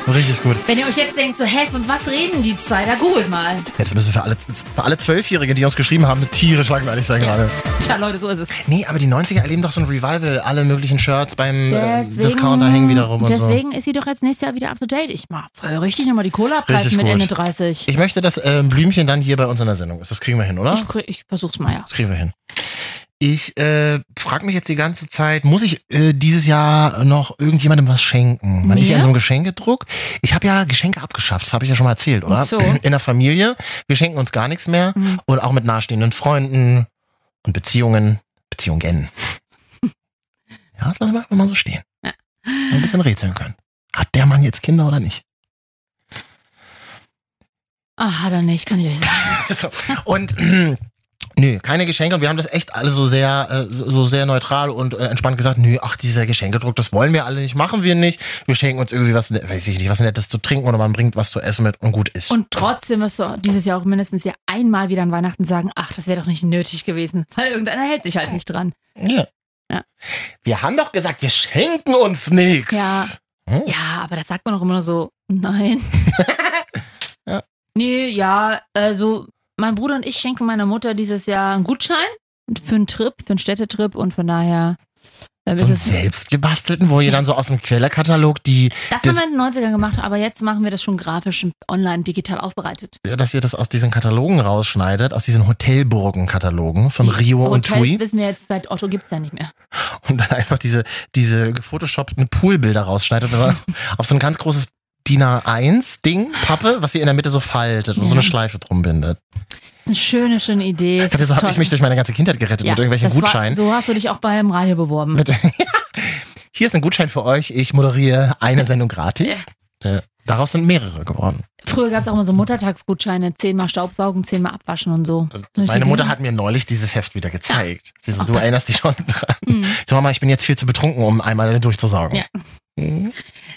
S1: richtig gut.
S2: Wenn ihr euch jetzt denkt, so, hä, von was reden die zwei? Da googelt mal.
S1: Jetzt müssen für alle, für alle Zwölfjährige, die uns geschrieben haben, tierisch langweilig sein gerade.
S2: Tja, Leute, so ist es.
S1: Nee, aber die 90er erleben doch so ein Revival. Alle möglichen Shirts beim äh,
S2: Deswegen,
S1: Discounter hängen wieder rum und so.
S2: deswegen ist sie doch jetzt nächstes Jahr wieder up to date. Ich mach voll richtig nochmal die Kohle abgreifen
S1: Richtig
S2: mit
S1: gut.
S2: Ende 30. Ich,
S1: Ich möchte, dass ähm, Blümchen dann hier bei uns in der Sendung ist. Das kriegen wir hin, oder?
S2: krieg, ich versuch's mal, ja.
S1: Das kriegen wir hin. Ich äh, frage mich jetzt die ganze Zeit, muss ich äh, dieses Jahr noch irgendjemandem was schenken? Man ist ja
S2: Mir?
S1: in so einem Geschenkedruck. Ich habe ja Geschenke abgeschafft, das habe ich ja schon mal erzählt, oder?
S2: Ach so.
S1: In der Familie, wir schenken uns gar nichts mehr.
S2: Mhm.
S1: Und auch mit nahestehenden Freunden und Beziehungen,
S2: (laughs)
S1: Beziehungen. ja, das lassen wir einfach mal so stehen. Ein bisschen rätseln können. Hat der Mann jetzt Kinder oder nicht?
S2: Ah, hat er nicht, kann ich euch sagen.
S1: So. Und (clears throat) nö, keine Geschenke. Und wir haben das echt alle so sehr, äh, so sehr neutral und äh, entspannt gesagt, nö, ach, dieser Geschenkedruck, das wollen wir alle nicht, machen wir nicht. Wir schenken uns irgendwie was, ne- weiß ich nicht, was Nettes zu trinken oder man bringt was zu essen mit und gut ist.
S2: Und trotzdem wirst du dieses Jahr auch mindestens ja einmal wieder an Weihnachten sagen, ach, das wäre doch nicht nötig gewesen, weil irgendeiner hält sich halt nicht dran.
S1: ja.
S2: Ja.
S1: Wir haben doch gesagt, wir schenken uns nichts.
S2: Ja.
S1: Hm?
S2: Ja, aber das sagt man doch immer nur so, nein.
S1: (laughs) Ja.
S2: Nee, ja, also mein Bruder und ich schenken meiner Mutter dieses Jahr einen Gutschein für einen Trip, für einen Städtetrip und von daher äh,
S1: So einen
S2: ist es.
S1: selbstgebastelten, wo ihr dann so aus dem Quellerkatalog die,
S2: Das
S1: das-
S2: haben wir in den 90ern gemacht, aber jetzt machen wir das schon grafisch und online digital aufbereitet.
S1: dass ihr das aus diesen Katalogen rausschneidet, aus diesen Hotelburgen-Katalogen von Rio und
S2: Hotels
S1: Tui.
S2: wissen wir jetzt seit Otto gibt's ja nicht mehr.
S1: und dann einfach diese, diese photoshoppten Poolbilder rausschneidet und dann
S2: (laughs)
S1: auf so ein ganz großes DIN A1-Ding, Pappe, was ihr in der Mitte so faltet und so eine
S2: Ja.
S1: Schleife drum bindet.
S2: Eine schöne, schöne Idee. es
S1: Katja,
S2: ist
S1: so habe
S2: toll.
S1: ich mich durch meine ganze Kindheit gerettet
S2: Ja,
S1: mit irgendwelchen
S2: das war-
S1: Gutscheinen.
S2: so hast du dich auch beim Radio beworben.
S1: mit, (laughs) hier ist ein Gutschein für euch, ich moderiere eine Sendung gratis. Äh, Daraus sind mehrere geworden.
S2: Früher gab's auch immer so Muttertagsgutscheine, zehnmal Staubsaugen, zehnmal abwaschen und so.
S1: Meine Mutter hat mir neulich dieses Heft wieder gezeigt. Sie so, du erinnerst dich schon dran.
S2: Hm.
S1: So, Mama, ich bin jetzt viel zu betrunken, um einmal durchzusaugen. Mhm.
S2: Ja.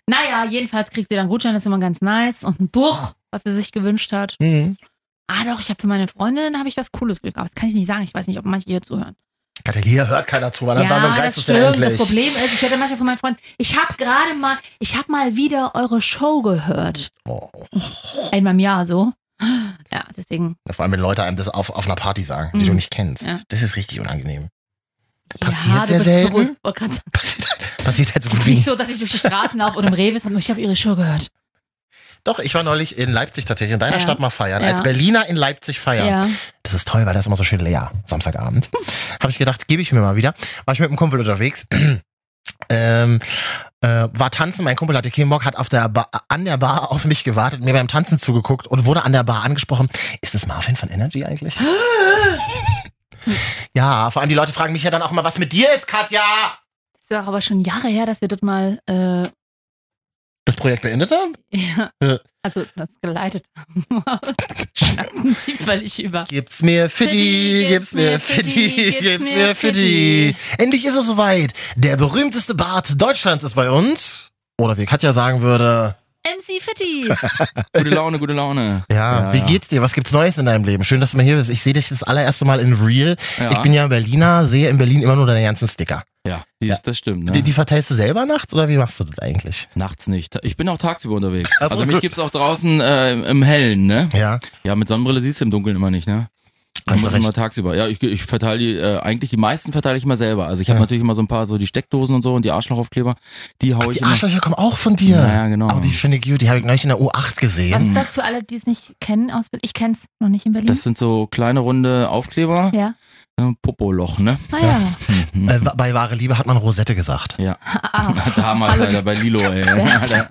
S2: Naja, jedenfalls kriegt sie dann Gutschein, das ist immer ganz nice. Und ein Buch, was sie sich gewünscht hat.
S1: Mhm.
S2: Ah doch, ich habe für meine Freundin habe ich was Cooles Glück, aber das kann ich nicht sagen. Ich weiß nicht, ob manche hier zuhören.
S1: Katja, hier hört keiner zu, weil dann, dann
S2: ja,
S1: greifst
S2: das
S1: du es dir
S2: stimmt.
S1: endlich.
S2: Das Problem ist, ich hätte manchmal von meinen Freunden, ich habe gerade mal, ich habe mal wieder eure Show gehört.
S1: Oh.
S2: Einmal im Jahr so. Ja, deswegen.
S1: Ja, Vor allem, wenn Leute einem das auf, auf einer Party sagen, die
S2: Mhm.
S1: du nicht kennst.
S2: Ja.
S1: Das ist richtig unangenehm. (laughs)
S2: ja,
S1: Passiert
S2: du
S1: sehr
S2: bist
S1: selten.
S2: beruhigt. Wollte grad sagen,
S1: Passiert, passiert halt so
S2: Es
S1: gut
S2: ist
S1: wie
S2: nicht
S1: nie.
S2: so, dass ich durch die Straßen laufe oder im Rewe sage, ich habe ihre Show gehört.
S1: Doch, ich war neulich in Leipzig tatsächlich, in deiner
S2: Ja.
S1: Stadt mal feiern.
S2: Ja.
S1: Als Berliner in Leipzig feiern.
S2: Ja.
S1: Das ist toll, weil das ist immer so schön leer.
S2: (laughs)
S1: Samstagabend. Habe ich gedacht, gebe ich mir mal wieder. War ich mit einem Kumpel unterwegs. (clears throat) ähm, Äh, war tanzen, mein Kumpel hatte keinen Bock, hat auf der ba an der Bar auf mich gewartet, mir beim Tanzen zugeguckt und wurde an der Bar angesprochen. Ist das Marvin von Energy
S2: (gasps)
S1: eigentlich? ja, vor allem die Leute fragen mich ja dann auch mal, was mit dir ist, Katja?
S2: Ist doch aber schon Jahre her, dass wir dort mal, äh, (laughs)
S1: Das Projekt beendet haben?
S2: ja,
S1: Äh.
S2: also das geleitet haben. (laughs) Schnappen sie völlig über.
S1: Gib's mir Fitti, gib's mir Fitti, gib's mir Fitti. Endlich ist es soweit. Der berühmteste Bart Deutschlands ist bei uns. Oder wie Katja sagen würde.
S2: MC Fitti.
S4: Gute Laune, gute Laune.
S1: Ja, wie geht's dir? Was gibt's Neues in deinem Leben? Schön, dass du mal hier bist. Ich sehe dich das allererste Mal in Real.
S4: Ja,
S1: Ich bin ja Berliner, sehe in Berlin immer nur deine ganzen Sticker.
S4: ja, die ist, das stimmt. Ne?
S1: Die, die verteilst du selber nachts oder wie machst du das eigentlich?
S4: Nachts nicht. Ich bin auch tagsüber unterwegs.
S1: Ach so,
S4: also mich
S1: gut.
S4: gibt's auch draußen äh, im- im Hellen, ne?
S1: Ja,
S4: Ja, mit Sonnenbrille siehst du im Dunkeln immer nicht, ne? Du
S1: hast du
S4: musst immer
S1: recht.
S4: tagsüber. Ja, ich, ich verteile die, äh, eigentlich die meisten verteile ich immer selber. Also ich habe
S1: Ja.
S4: natürlich immer so ein paar, so die Steckdosen und so und die Arschlochaufkleber, die hau
S1: Ach,
S4: ich
S1: die
S4: immer.
S1: Arschlöcher kommen auch von dir.
S4: Ja, ja, genau.
S1: Aber die finde ich gut. Die habe ich neulich in der U8
S2: Was
S1: gesehen.
S2: ist das für alle, die es nicht kennen aus Berlin? Ich kenn's noch nicht in Berlin.
S4: Das sind so kleine runde Aufkleber.
S2: Ja. Ah,
S4: Ne, Popoloch, ne?
S2: naja.
S4: (laughs) Mhm.
S1: Äh, wa- bei wahre Liebe hat man Rosette gesagt.
S2: Ah,
S4: Damals
S2: Hallo.
S4: leider bei Lilo, ey.
S2: Ja.
S4: (laughs) Alter.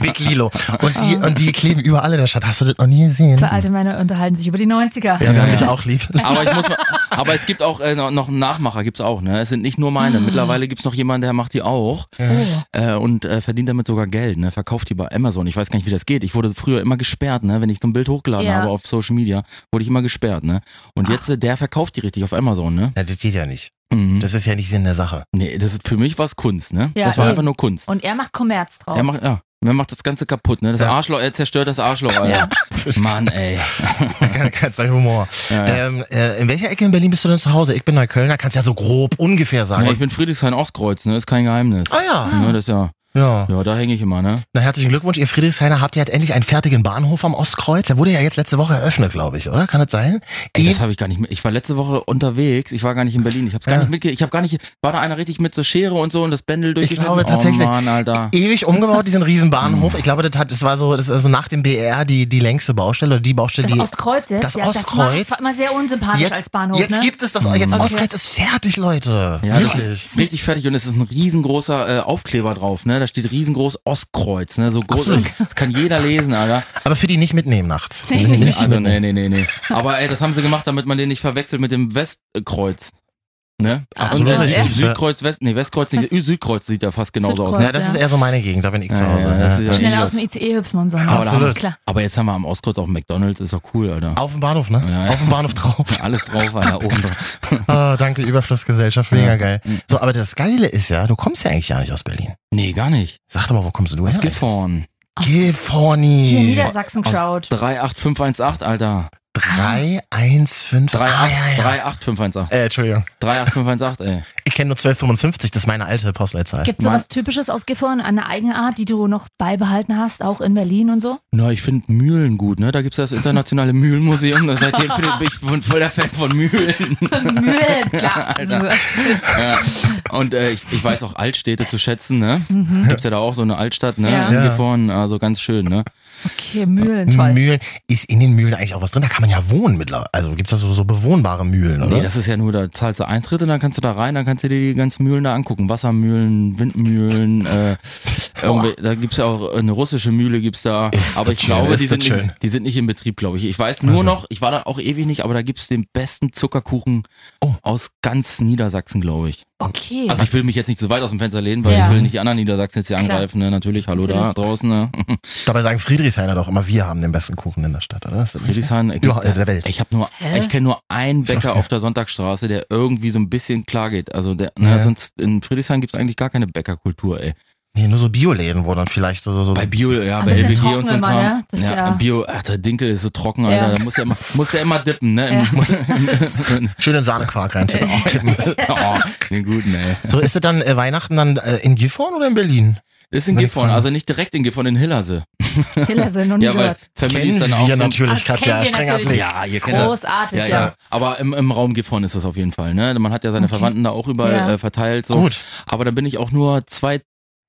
S1: Big Lilo. Und die, und die kleben überall in der Stadt. Hast du das noch nie gesehen?
S2: zwei alte Männer unterhalten sich über die 90er.
S1: Ja, wir haben
S4: Ja.
S1: dich auch lieb.
S4: Aber, ich muss mal, aber es gibt auch äh, noch- noch einen Nachmacher, gibt's auch, ne? Es sind nicht nur
S1: Ah.
S4: meine. Mittlerweile gibt's noch jemanden, der macht die auch
S2: Oh.
S4: äh, und äh, verdient damit sogar Geld, ne? Verkauft die bei Amazon. Ich weiß gar nicht, wie das geht. Ich wurde früher immer gesperrt, ne? Wenn ich so ein Bild hochgeladen
S2: Ja.
S4: habe auf Social Media, wurde ich immer gesperrt, ne? Und jetzt, äh, der verkauft die richtig auf Amazon, ne?
S1: Ja, das geht ja nicht.
S4: Mhm.
S1: Das ist ja nicht Sinn der Sache.
S4: nee, das ist, für mich war's Kunst, ne?
S2: Ja,
S4: das war
S2: eben.
S4: einfach nur Kunst.
S2: Oh. Und er macht Kommerz draus.
S4: Er macht, ja, er macht das Ganze kaputt, ne? Das
S1: Ja.
S4: Arschloch, er zerstört das Arschloch,
S2: ja.
S4: Alter.
S1: (laughs)
S4: Mann, ey. (laughs)
S1: Kein, kein Zweifel Humor.
S4: Ja, ja.
S1: Ähm, äh, in welcher Ecke in Berlin bist du denn zu Hause? Ich bin Neuköllner, kannst ja so grob ungefähr sagen.
S4: Nee, ich bin Friedrichshain-Ostkreuz, ne? Ist kein Geheimnis.
S1: ah ja.
S4: Ne, das ist ja,
S1: ja.
S4: ja, da hänge ich immer, ne?
S1: Na, herzlichen Glückwunsch, ihr Friedrichshainer habt ja jetzt endlich einen fertigen Bahnhof am Ostkreuz. Der wurde ja jetzt letzte Woche eröffnet, glaube ich, oder? Kann das sein?
S4: Ey,
S1: Eben-
S4: das habe ich gar nicht. mit- Ich war letzte Woche unterwegs. Ich war gar nicht in Berlin. Ich habe es gar
S1: Ja.
S4: nicht mitge. Ich habe gar nicht. War da einer richtig mit so Schere und so und das Bändel durchgeschnitten?
S1: glaube tatsächlich.
S4: Oh Mann, Alter. Hm.
S1: Ewig umgebaut, diesen Riesenbahnhof. Ich glaube, das, hat, das war so, das war so nach dem BR die, die längste Baustelle oder die Baustelle,
S2: Das
S1: die.
S2: Ostkreuz jetzt?
S1: das
S2: ja, Das
S1: Ostkreuz.
S2: macht- war immer sehr unsympathisch
S1: Jetzt-
S2: als Bahnhof,
S1: jetzt
S2: ne?
S1: gibt es das, jetzt
S4: Okay.
S1: Ostkreuz ist fertig, Leute.
S4: Mhm. Ja, das
S1: Wirklich.
S4: ist richtig fertig und es ist ein riesengroßer äh, Aufkleber drauf, ne? Da steht riesengroß Ostkreuz, ne? So groß.
S1: Absolut.
S4: Das kann jeder
S1: (laughs)
S4: lesen, Alter.
S1: Aber für die nicht mitnehmen nachts.
S2: Nee, nicht
S4: Also, nee, nee, nee, nee. Aber ey, das haben sie gemacht, damit man den nicht verwechselt mit dem Westkreuz. Ne?
S1: Absolut
S4: Und, äh,
S1: richtig.
S4: Südkreuz, West, nee, Westkreuz nicht. Südkreuz sieht da fast genauso aus.
S2: Südkreuz.
S4: Ne?
S1: Ja, das
S2: Ja.
S1: ist eher so meine Gegend, da bin ich zu
S4: Ja,
S1: Hause.
S4: ja, das ist ja-
S2: Schneller
S4: Genius.
S2: aus dem ICE hüpfen und so. ne?
S4: Aber da haben wir-
S2: Klar.
S4: Aber jetzt haben wir am Ostkreuz auch McDonalds, ist doch cool, Alter.
S1: Auf dem Bahnhof, ne?
S4: Ja, ja.
S1: Auf dem Bahnhof
S4: (laughs)
S1: drauf.
S4: Alles drauf, Alter, oben drauf.
S1: Ah, danke, Überflussgesellschaft, mega
S4: Ja.
S1: geil.
S4: Mhm.
S1: So, aber das Geile ist ja, du kommst ja eigentlich gar nicht aus Berlin.
S4: Nee, gar nicht.
S1: Sag doch mal, wo kommst du
S4: Was
S1: her?
S4: gefahren?
S2: Hier
S1: California.
S2: Niedersachsen-Crowd.
S4: 38518, Alter.
S1: 315. Ah,
S4: 38
S1: ja, ja.
S4: 38518.
S1: Äh, Entschuldigung.
S4: 38518, ey.
S1: Ich kenne nur 1255, das ist meine alte Postleitzahl.
S2: Gibt es sowas Typisches aus Gifhorn, eine Eigenart, die du noch beibehalten hast, auch in Berlin und so?
S4: Na, ich finde Mühlen gut, ne? Da gibt's das internationale Mühlenmuseum. Das- (laughs) Seitdem find ich- bin ich bin voll der Fan von Mühlen.
S2: Mühlen, (laughs) klar.
S4: Alter. Ja. Und äh, ich, ich weiß auch Altstädte zu schätzen, ne?
S2: Mhm.
S4: Gibt's ja da auch so eine Altstadt, ne?
S2: Ja.
S4: In
S1: Ja.
S4: Gifhorn, also ganz schön, ne?
S2: Okay, Mühlen, toll.
S1: Mühlen. Ist in den Mühlen eigentlich auch was drin? Da kann man ja wohnen mittlerweile. Also gibt es da so, so bewohnbare Mühlen, oder?
S4: Nee, das ist ja nur, da zahlst du Eintritt und dann kannst du da rein, dann kannst du dir die ganzen Mühlen da angucken. Wassermühlen, Windmühlen,
S1: (laughs)
S4: äh, irgendwie, da gibt's ja auch eine russische Mühle gibt's da.
S1: Ist
S4: aber
S1: das
S4: ich
S1: schön,
S4: glaube,
S1: ist
S4: die
S1: das
S4: sind,
S1: schön.
S4: nicht, die sind nicht in Betrieb, glaube ich. Ich weiß nur
S1: Also.
S4: noch, ich war da auch ewig nicht, aber da gibt's den besten Zuckerkuchen
S1: Oh.
S4: aus ganz Niedersachsen, glaube ich.
S2: Okay.
S4: Also ich will mich jetzt nicht so weit aus dem Fenster lehnen, weil
S2: Ja.
S4: ich will nicht die anderen Niedersachsen jetzt hier
S2: Klar.
S4: angreifen, ne? Natürlich, hallo da
S2: Natürlich.
S4: draußen, ne?
S1: Dabei sagen Friedrichshainer doch immer, wir haben den besten Kuchen in der Stadt, oder? Ist das nicht-
S4: Friedrichshain, äh,
S1: Überall der Welt.
S4: Ich habe nur,
S2: Hä?
S4: ich kenne nur einen
S1: Ist das
S4: Bäcker
S1: geil.
S4: auf der Sonntagstraße, der irgendwie so ein bisschen klar geht. Also der, na,
S1: Ja.
S4: sonst in Friedrichshain gibt's eigentlich gar keine Bäckerkultur, ey.
S1: Nee, nur so Bioläden, wo dann vielleicht so. so, so
S4: Bei Bio, ja,
S2: Aber
S4: bei
S2: das ist ja
S4: LBG
S2: trocken
S4: und so ein
S2: immer,
S4: Kram.
S2: ne? Das ist
S4: ja,
S2: ja-
S4: Bio, ach, der Dinkel ist so trocken,
S2: Ja.
S4: Alter. Da muss ja immer, muss ja immer dippen, ne? Im-
S2: Ja.
S4: muss- im-
S2: (laughs)
S1: schön in Sahnequark
S4: (laughs)
S1: reintippen.
S4: oh, den guten, ey.
S1: so, ist es dann äh, Weihnachten dann äh, in Gifhorn oder in Berlin?
S4: Ist in
S1: Wenn ich
S4: Gifhorn,
S1: kann.
S4: also nicht direkt in Gifhorn, in Hillersee.
S2: Killer sind und
S4: Ja, weil
S2: dort.
S4: Family ist dann auch
S1: wir
S4: so ein-
S1: natürlich,
S2: Ach,
S1: Katja,
S2: kennen wir
S1: strenger
S2: natürlich.
S1: Blick.
S4: Ja, ihr kennt das.
S2: Großartig,
S4: Ja,
S2: ja.
S4: ja. Aber im, im Raum Gifhorn ist das auf jeden Fall, ne? Man hat ja seine
S2: Okay.
S4: Verwandten da auch überall
S2: Ja.
S4: äh, verteilt, so.
S1: Gut.
S4: Aber dann bin ich auch nur zwei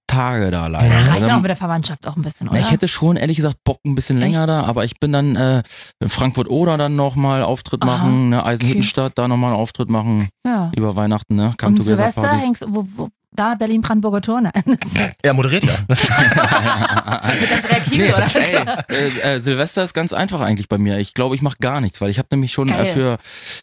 S4: Tage da leider.
S2: Na, reicht
S4: Also,
S2: auch mit der Verwandtschaft auch ein bisschen,
S4: na,
S2: oder?
S4: ich hätte schon ehrlich gesagt Bock ein bisschen länger da, aber ich bin dann äh, in Frankfurt oder dann nochmal Auftritt
S2: Aha.
S4: machen, ne, Eisenhüttenstadt, da nochmal einen Auftritt machen
S2: ja.
S4: über Weihnachten, ne? Come
S2: Und
S4: together
S2: Um Silvester
S4: Partys.
S2: hängst wo, wo, da Berlin-Brandenburger Tor? ne? (laughs) Nein.
S1: Er moderiert ja.
S2: Mit Andrea Kiel, oder?
S4: Ey, äh, äh, Silvester ist ganz einfach eigentlich bei mir. Ich glaube, ich mache gar nichts, weil ich habe nämlich schon äh,
S2: Geil.
S4: für,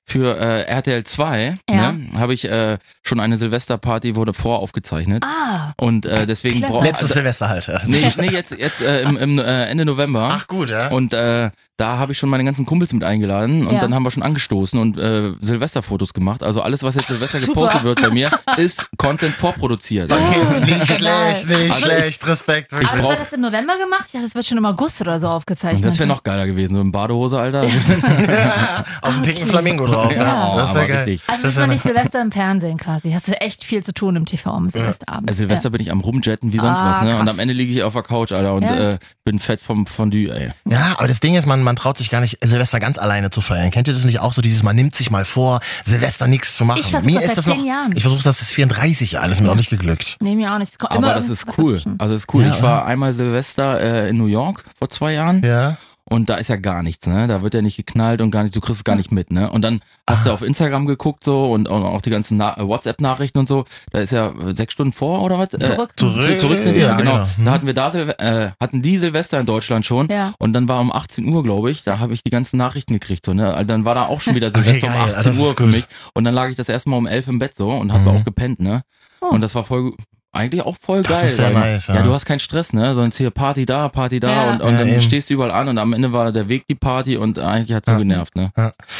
S4: für äh, RTL 2
S2: Ja.
S4: ne, habe ich äh, schon eine Silvesterparty wurde voraufgezeichnet.
S2: Ah,
S4: Und äh, deswegen
S2: Clever.
S4: brauche
S1: Letztes
S4: also,
S1: Silvester halt. ja.
S4: nee, nee, jetzt, jetzt äh, im, im äh, Ende November.
S1: Ach gut, ja.
S4: Und äh, da habe ich schon meine ganzen Kumpels mit eingeladen und
S2: Ja.
S4: dann haben wir schon angestoßen und äh, Silvesterfotos gemacht. Also alles, was jetzt Silvester
S2: Super.
S4: gepostet wird bei mir, ist Content vorproduziert. (laughs)
S1: Okay, nicht
S2: Geil.
S1: schlecht, nicht
S4: Also-
S1: schlecht, Respekt. Wirklich.
S2: aber das
S4: brauch-
S2: hat das im November gemacht? Ja, das wird schon im August oder so aufgezeichnet.
S4: Das wäre noch geiler gewesen, so in Badehose, Alter.
S1: (laughs) Auf dem pinken Flamingo drauf.
S2: Ja,
S1: Ja, das wäre
S4: aber
S1: geil.
S4: richtig.
S2: Also
S1: Das
S2: ist
S1: wär
S2: man
S1: ne-
S2: nicht Silvester im Fernsehen quasi. Hast du echt viel zu tun im um TV am Silvesterabend.
S4: (laughs) Also Silvester bin ich am rumjetten wie sonst
S2: Ah,
S4: was, ne? Und
S2: krass.
S4: am Ende liege ich auf der Couch, Alter, und
S2: Ja.
S4: äh, bin fett vom Fondue, ey.
S1: Ja, aber das Ding ist, man, man traut sich gar nicht, Silvester ganz alleine zu feiern. Kennt ihr das nicht auch so? Dieses, man nimmt sich mal vor, Silvester nichts zu machen.
S2: Ich versuch das seit
S1: das
S2: 10 Jahren.
S1: Ich versuche das seit 34 Jahren, ist mir noch nicht geglückt.
S2: Nee, mir auch nicht. Es kommt
S4: Aber
S2: immer
S4: das
S2: irgendwas
S4: ist cool.
S2: dazwischen.
S4: Also das ist cool.
S1: Ja,
S4: ich war einmal Silvester äh, in New York vor zwei Jahren
S1: Ja.
S4: und da ist ja gar nichts, ne? Da wird ja nicht geknallt und gar nicht, du kriegst es gar nicht mit, ne? Und dann hast du auf Instagram geguckt so und auch- auch die ganzen Na- äh, WhatsApp-Nachrichten und so. Da ist ja äh, sechs Stunden vor oder was? Äh,
S2: Zurück.
S4: Zu, zurück sind wir,
S1: Ja,
S4: genau.
S1: genau. Hm.
S4: Da hatten wir da Silve äh, hatten die Silvester in Deutschland schon.
S2: Ja.
S4: Und dann war um 18 Uhr, glaube ich, da habe ich die ganzen Nachrichten gekriegt. So, ne? Also Dann war da auch schon wieder Silvester
S1: geil,
S4: um
S1: das
S4: 18
S1: ist
S4: Uhr für
S1: gut.
S4: mich. Und dann lag ich das erste Mal um 11 im Bett so und habe
S1: Mhm.
S4: auch gepennt, ne?
S2: Oh.
S4: Und das war voll, eigentlich auch voll
S1: Das
S4: geil.
S1: ist sehr
S4: sag ich mal.
S1: nice, ja.
S4: ja. du hast keinen Stress, ne? Sonst hier Party da, Party da
S2: Ja.
S4: und, und
S1: Ja,
S4: dann
S1: eben.
S4: stehst du überall an und am Ende war der Weg die Party und eigentlich hat's so genervt, ne?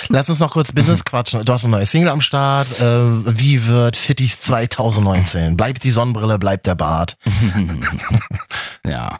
S1: Lass uns noch kurz Business quatschen. Du hast eine neue Single am Start. Äh, wie wird Fitties 2019? Bleibt die Sonnenbrille, bleibt der Bart.
S4: Ja.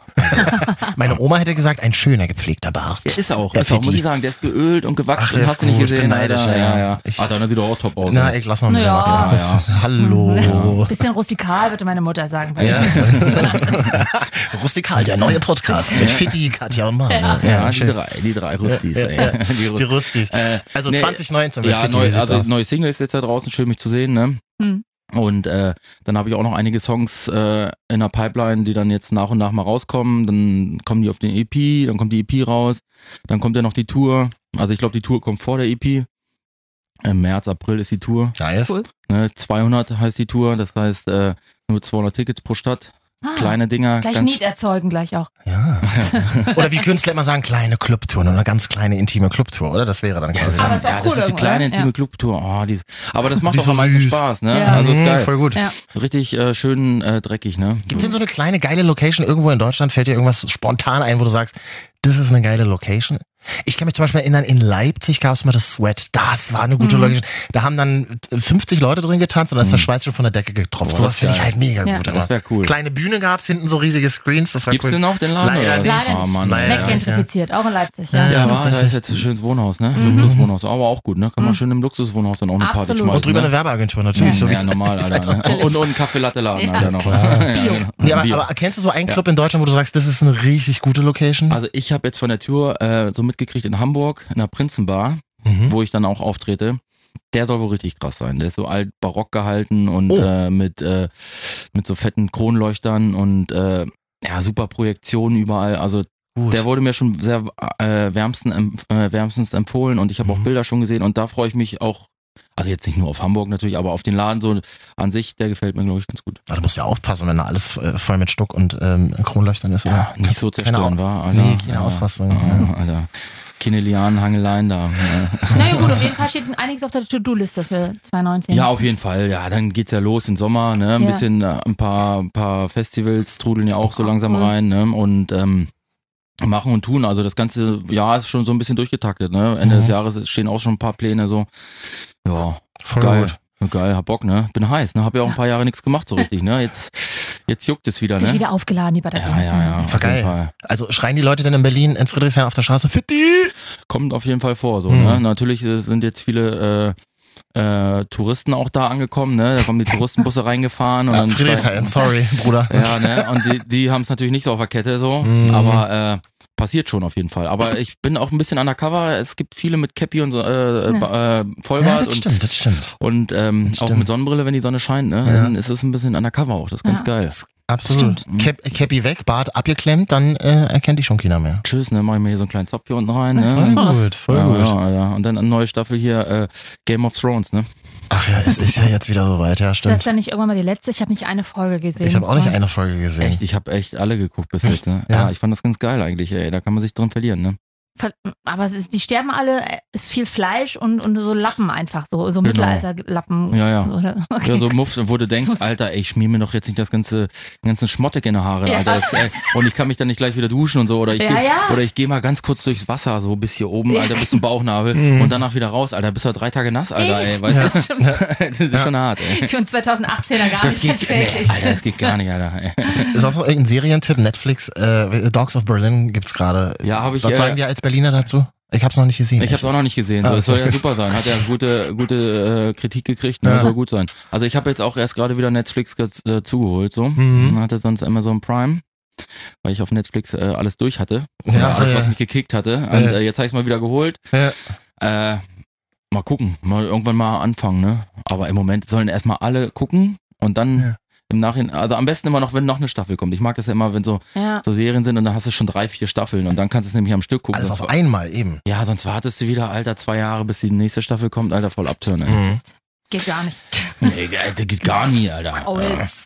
S1: Meine Oma hätte gesagt, ein schöner gepflegter Bart.
S4: Der ist auch,
S1: Ja,
S4: ist auch,
S1: für
S4: muss
S1: die.
S4: ich sagen, der ist geölt und
S1: Ach,
S4: gewachsen,
S1: der
S4: hast
S1: ist
S4: du nicht
S1: gut, ich bin
S4: gesehen, Alter.
S1: neidisch,
S4: Ja,
S1: ey.
S4: ja. ja.
S1: Ich-
S4: Ah, dann sieht er auch top aus.
S1: Na,
S4: ey.
S1: ich lass noch ein bisschen
S2: Ja.
S1: wachsen.
S4: Ja, ja.
S1: Hallo.
S2: Bisschen rustikal, würde meine Mutter sagen.
S4: Oh. Ja.
S1: (laughs) Rustikal, der neue Podcast mit Fitti, Katja und Marvin.
S4: Ja, die
S1: schön.
S4: drei, die drei Rustis, ey. (laughs) Die
S1: Die
S4: Rustis.
S1: Rustis.
S4: Äh,
S1: Also
S4: nee,
S1: 2019 wird
S4: Ja,
S1: Fitti,
S4: neu,
S1: wie sieht's
S4: also
S1: aus?
S4: neue Single ist jetzt da draußen, schön mich zu sehen, ne?
S2: Hm.
S4: Und äh, dann habe ich auch noch einige Songs äh, in der Pipeline, die dann jetzt nach und nach mal rauskommen. Dann kommen die auf den EP, dann kommt die EP raus, dann kommt ja noch die Tour. Also ich glaube, die Tour kommt vor der EP. Im März, April ist die Tour.
S1: Nice.
S2: Cool.
S4: Ne? 200 heißt die Tour, das heißt äh, nur 200 Tickets pro Stadt.
S2: Ah,
S4: Kleine Dinger.
S2: Gleich
S4: ganz-
S2: Need erzeugen, gleich auch.
S1: Ja. (laughs) oder wie Künstler immer sagen, kleine Clubtour, nur eine ganz kleine intime Clubtour, oder? Das wäre dann quasi. dann-
S2: Aber es ist auch
S4: ja,
S2: cool
S4: das ist die
S2: irgendwo,
S4: kleine
S2: ne?
S4: intime
S2: Ja.
S4: Clubtour. Oh, die, aber das macht
S1: Die
S4: doch
S1: ist so
S4: am meisten
S1: süß.
S4: Spaß, ne?
S2: Ja.
S4: Also ist
S1: Mhm,
S4: geil.
S1: Voll gut.
S2: Ja.
S4: Richtig äh, schön äh, dreckig, ne?
S1: Gibt es denn so eine kleine geile Location irgendwo in Deutschland? Fällt dir irgendwas spontan ein, wo du sagst, das ist eine geile Location? Ich kann mich zum Beispiel erinnern, in Leipzig gab es mal das Sweat. Das war eine
S2: Mhm.
S1: gute Location. Da haben dann 50 Leute drin getanzt und dann ist der Schweiz schon von der Decke getroffen.
S4: Mhm. Boah,
S1: Sowas
S4: das
S1: finde ich
S4: geil.
S1: halt mega
S2: Ja.
S1: gut.
S4: das
S1: immer.
S4: wäre cool.
S1: Kleine Bühne gab es, hinten so riesige Screens. Das war
S4: Gibt's
S1: cool.
S4: denn noch den Laden?
S1: Leider
S4: oder? was?
S2: nicht.
S4: Ah, Mann,
S1: Leider
S4: ja.
S1: nicht.
S2: Weggentrifiziert, auch in Leipzig. Ja.
S1: Ja.
S4: Ja, war, da
S1: tatsächlich. Mhm.
S4: ist jetzt ein schönes Wohnhaus, ne? Luxuswohnhaus, aber auch gut, ne? Kann man schön im Luxuswohnhaus dann auch eine Party
S2: Absolut.
S4: schmeißen.
S1: Und drüber eine
S4: ne?
S1: Werbeagentur natürlich. so
S4: ja,
S1: wie
S4: ja,
S1: es- (laughs)
S4: normal,
S1: ist
S4: Alter.
S1: halt auch-
S4: Ne? Und, (laughs) und einen Kaffeelatte-Laden,
S2: Ja,
S4: Alter, noch.
S2: Bio.
S4: genau.
S1: Ja, aber,
S4: Bio.
S1: aber kennst du so einen Club in Deutschland, wo du sagst, das ist eine richtig gute Location?
S4: Also ich habe jetzt von der Tür äh, so mitgekriegt in Hamburg, in der Prinzenbar,
S1: Mhm.
S4: wo ich dann auch auftrete. Der soll wohl richtig krass sein. Der ist so alt barock gehalten und
S1: Oh.
S4: äh, mit, äh, mit so fetten Kronleuchtern und äh, ja, super Projektionen überall. Also
S1: Gut.
S4: der wurde mir schon sehr äh, wärmsten, em- äh, wärmstens empfohlen und ich habe auch
S1: Mhm.
S4: Bilder schon gesehen und da freue ich mich auch, also jetzt nicht nur auf Hamburg natürlich, aber auf den Laden so an sich, der gefällt mir, glaube ich, ganz gut.
S1: Ah, du musst ja aufpassen, wenn da alles äh, voll mit Stuck und ähm, Kronleuchtern ist.
S4: Ja,
S1: oder?
S4: nicht so
S1: Keine
S4: zerstören
S1: Ahnung.
S4: war. Alter.
S1: Nee, keine
S4: Ja.
S1: Ausrastung.
S4: Ah, Alter. Keine Lianen, Hangeleien da. Ja.
S2: Naja, gut, auf jeden Fall steht einiges auf der To-Do-Liste für 2019.
S4: Ja, auf jeden Fall. Ja, dann geht's ja los im Sommer, ne? Ein
S2: Ja.
S4: bisschen, äh, ein paar, ein paar Festivals trudeln ja auch so langsam
S2: cool.
S4: rein, ne? Und ähm, machen und tun. Also das ganze Jahr ist schon so ein bisschen durchgetaktet, ne? Ende
S1: Mhm.
S4: des Jahres stehen auch schon ein paar Pläne so. Ja,
S1: Voll
S4: geil.
S1: gut.
S4: Geil, hab Bock, ne? Bin heiß, ne? Hab ja auch ein paar Jahre nichts gemacht so richtig, ne? Jetzt, jetzt juckt es wieder,
S2: Hat Sich
S4: ne?
S2: wieder aufgeladen, die Batterie.
S4: Ja, ja, ja.
S1: Ist doch
S4: auf jeden
S1: geil.
S4: Fall.
S1: Also schreien die Leute denn in Berlin, in Friedrichshain auf der Straße, Fitti!
S4: Kommt auf jeden Fall vor, so,
S1: Mhm.
S4: ne? Natürlich äh, sind jetzt viele äh, äh, Touristen auch da angekommen, ne? Da kommen die Touristenbusse (laughs) reingefahren und
S1: Ah,
S4: dann
S1: Friedrichshain,
S4: (laughs)
S1: sorry, Bruder.
S4: Ja, ne? Und die, die haben es natürlich nicht so auf der Kette so,
S1: Mhm.
S4: aber äh, passiert schon auf jeden Fall. Aber ich bin auch ein bisschen undercover. Es gibt viele mit Cappy und so, äh,
S2: Ja.
S4: ba- äh,
S1: Ja,
S4: Vollbart
S1: das
S4: und,
S1: stimmt, das stimmt.
S4: und ähm,
S1: Das
S4: auch
S1: stimmt.
S4: mit Sonnenbrille, wenn die Sonne scheint, ne?
S1: Ja.
S4: Dann ist es ein bisschen undercover auch. Das ist ganz
S2: Ja.
S4: geil.
S1: Das Absolut.
S4: Stimmt.
S1: Cap, äh, Cappy weg, Bart abgeklemmt, dann äh, erkennt dich schon keiner mehr.
S4: Tschüss, ne, mach ich mir hier so einen kleinen Zopf hier unten rein,
S1: Voll
S4: ne?
S1: gut, voll
S4: ja,
S1: gut.
S4: ja, Alter. Und dann eine neue Staffel hier, äh, Game of Thrones, ne?
S1: Ach ja, es ist ja jetzt wieder soweit, ja,
S2: Das ist
S1: stimmt.
S2: ja nicht irgendwann mal die letzte. Ich habe nicht eine Folge gesehen.
S1: Ich habe auch nicht eine Folge gesehen.
S4: Echt, ich habe echt alle geguckt bis jetzt, ne?
S1: Ja.
S4: Ja. ich fand das ganz geil eigentlich, ey. Da kann man sich drin verlieren, ne?
S2: Ver- Aber es ist, die sterben alle, äh, ist viel Fleisch und, und so Lappen einfach, so, so Mittelalterlappen.
S4: Genau. Ja, ja.
S2: Oder- okay.
S4: Ja, so Muff, wo du denkst,
S2: So-
S4: Alter, ey, ich schmier mir doch jetzt nicht das ganze, den ganzen Schmottek in die Haare,
S2: Ja.
S4: Alter. Das, ey, und ich kann mich dann nicht gleich wieder duschen und so. Oder ich
S2: Ja,
S4: geh,
S2: ja.
S4: oder ich gehe mal ganz kurz durchs Wasser, so bis hier oben,
S2: Ja.
S4: Alter, bis zum Bauchnabel
S1: Mhm.
S4: und danach wieder raus, Alter. Bist du drei Tage nass, Alter, ey. Weißt
S2: (laughs) das stimmt.
S4: du? (laughs) Das ist
S1: Ja.
S4: schon hart, ey.
S2: Für uns 2018er gar
S4: Das
S2: nicht
S4: geht, nee,
S2: erträglich.
S4: Alter, das geht gar nicht, Alter. ey.
S1: Sonst noch irgendein Serientipp, Netflix, äh, Dogs of Berlin gibt's gerade.
S4: Ja, habe ich.
S1: Was sagen
S4: Äh,
S1: wir als Berliner dazu? Ich hab's noch nicht gesehen.
S4: ich habe es auch noch nicht gesehen. So,
S1: Ah,
S4: Es soll
S1: okay.
S4: ja super sein. Hat ja gute, gute äh, Kritik gekriegt. Ne?
S1: Ja.
S4: Soll gut sein. Also ich habe jetzt auch erst gerade wieder Netflix dazu geholt. So
S1: Mhm.
S4: hatte sonst Amazon Prime, weil ich auf Netflix äh, alles durch hatte.
S1: Ja,
S4: Ja, alles,
S1: ja.
S4: was mich gekickt hatte. Und
S1: Ja.
S4: äh, jetzt habe ich es mal wieder geholt.
S1: Ja.
S4: Äh, mal gucken, mal irgendwann mal anfangen. Ne? Aber im Moment sollen erstmal alle gucken und dann
S1: Ja.
S4: im Nachhinein, also am besten immer noch, wenn noch eine Staffel kommt. Ich mag das ja immer, wenn so,
S2: Ja.
S4: so Serien sind und dann hast du schon drei, vier Staffeln und dann kannst du es nämlich am Stück gucken.
S1: Alles
S4: Sonst
S1: auf
S4: war-
S1: einmal eben.
S4: ja, sonst wartest du wieder, Alter, zwei Jahre, bis die nächste Staffel kommt, Alter, voll abtören. ey.
S1: Mhm.
S2: Geht gar nicht.
S4: Nee, Alter, geht gar nie, Alter.
S2: Always.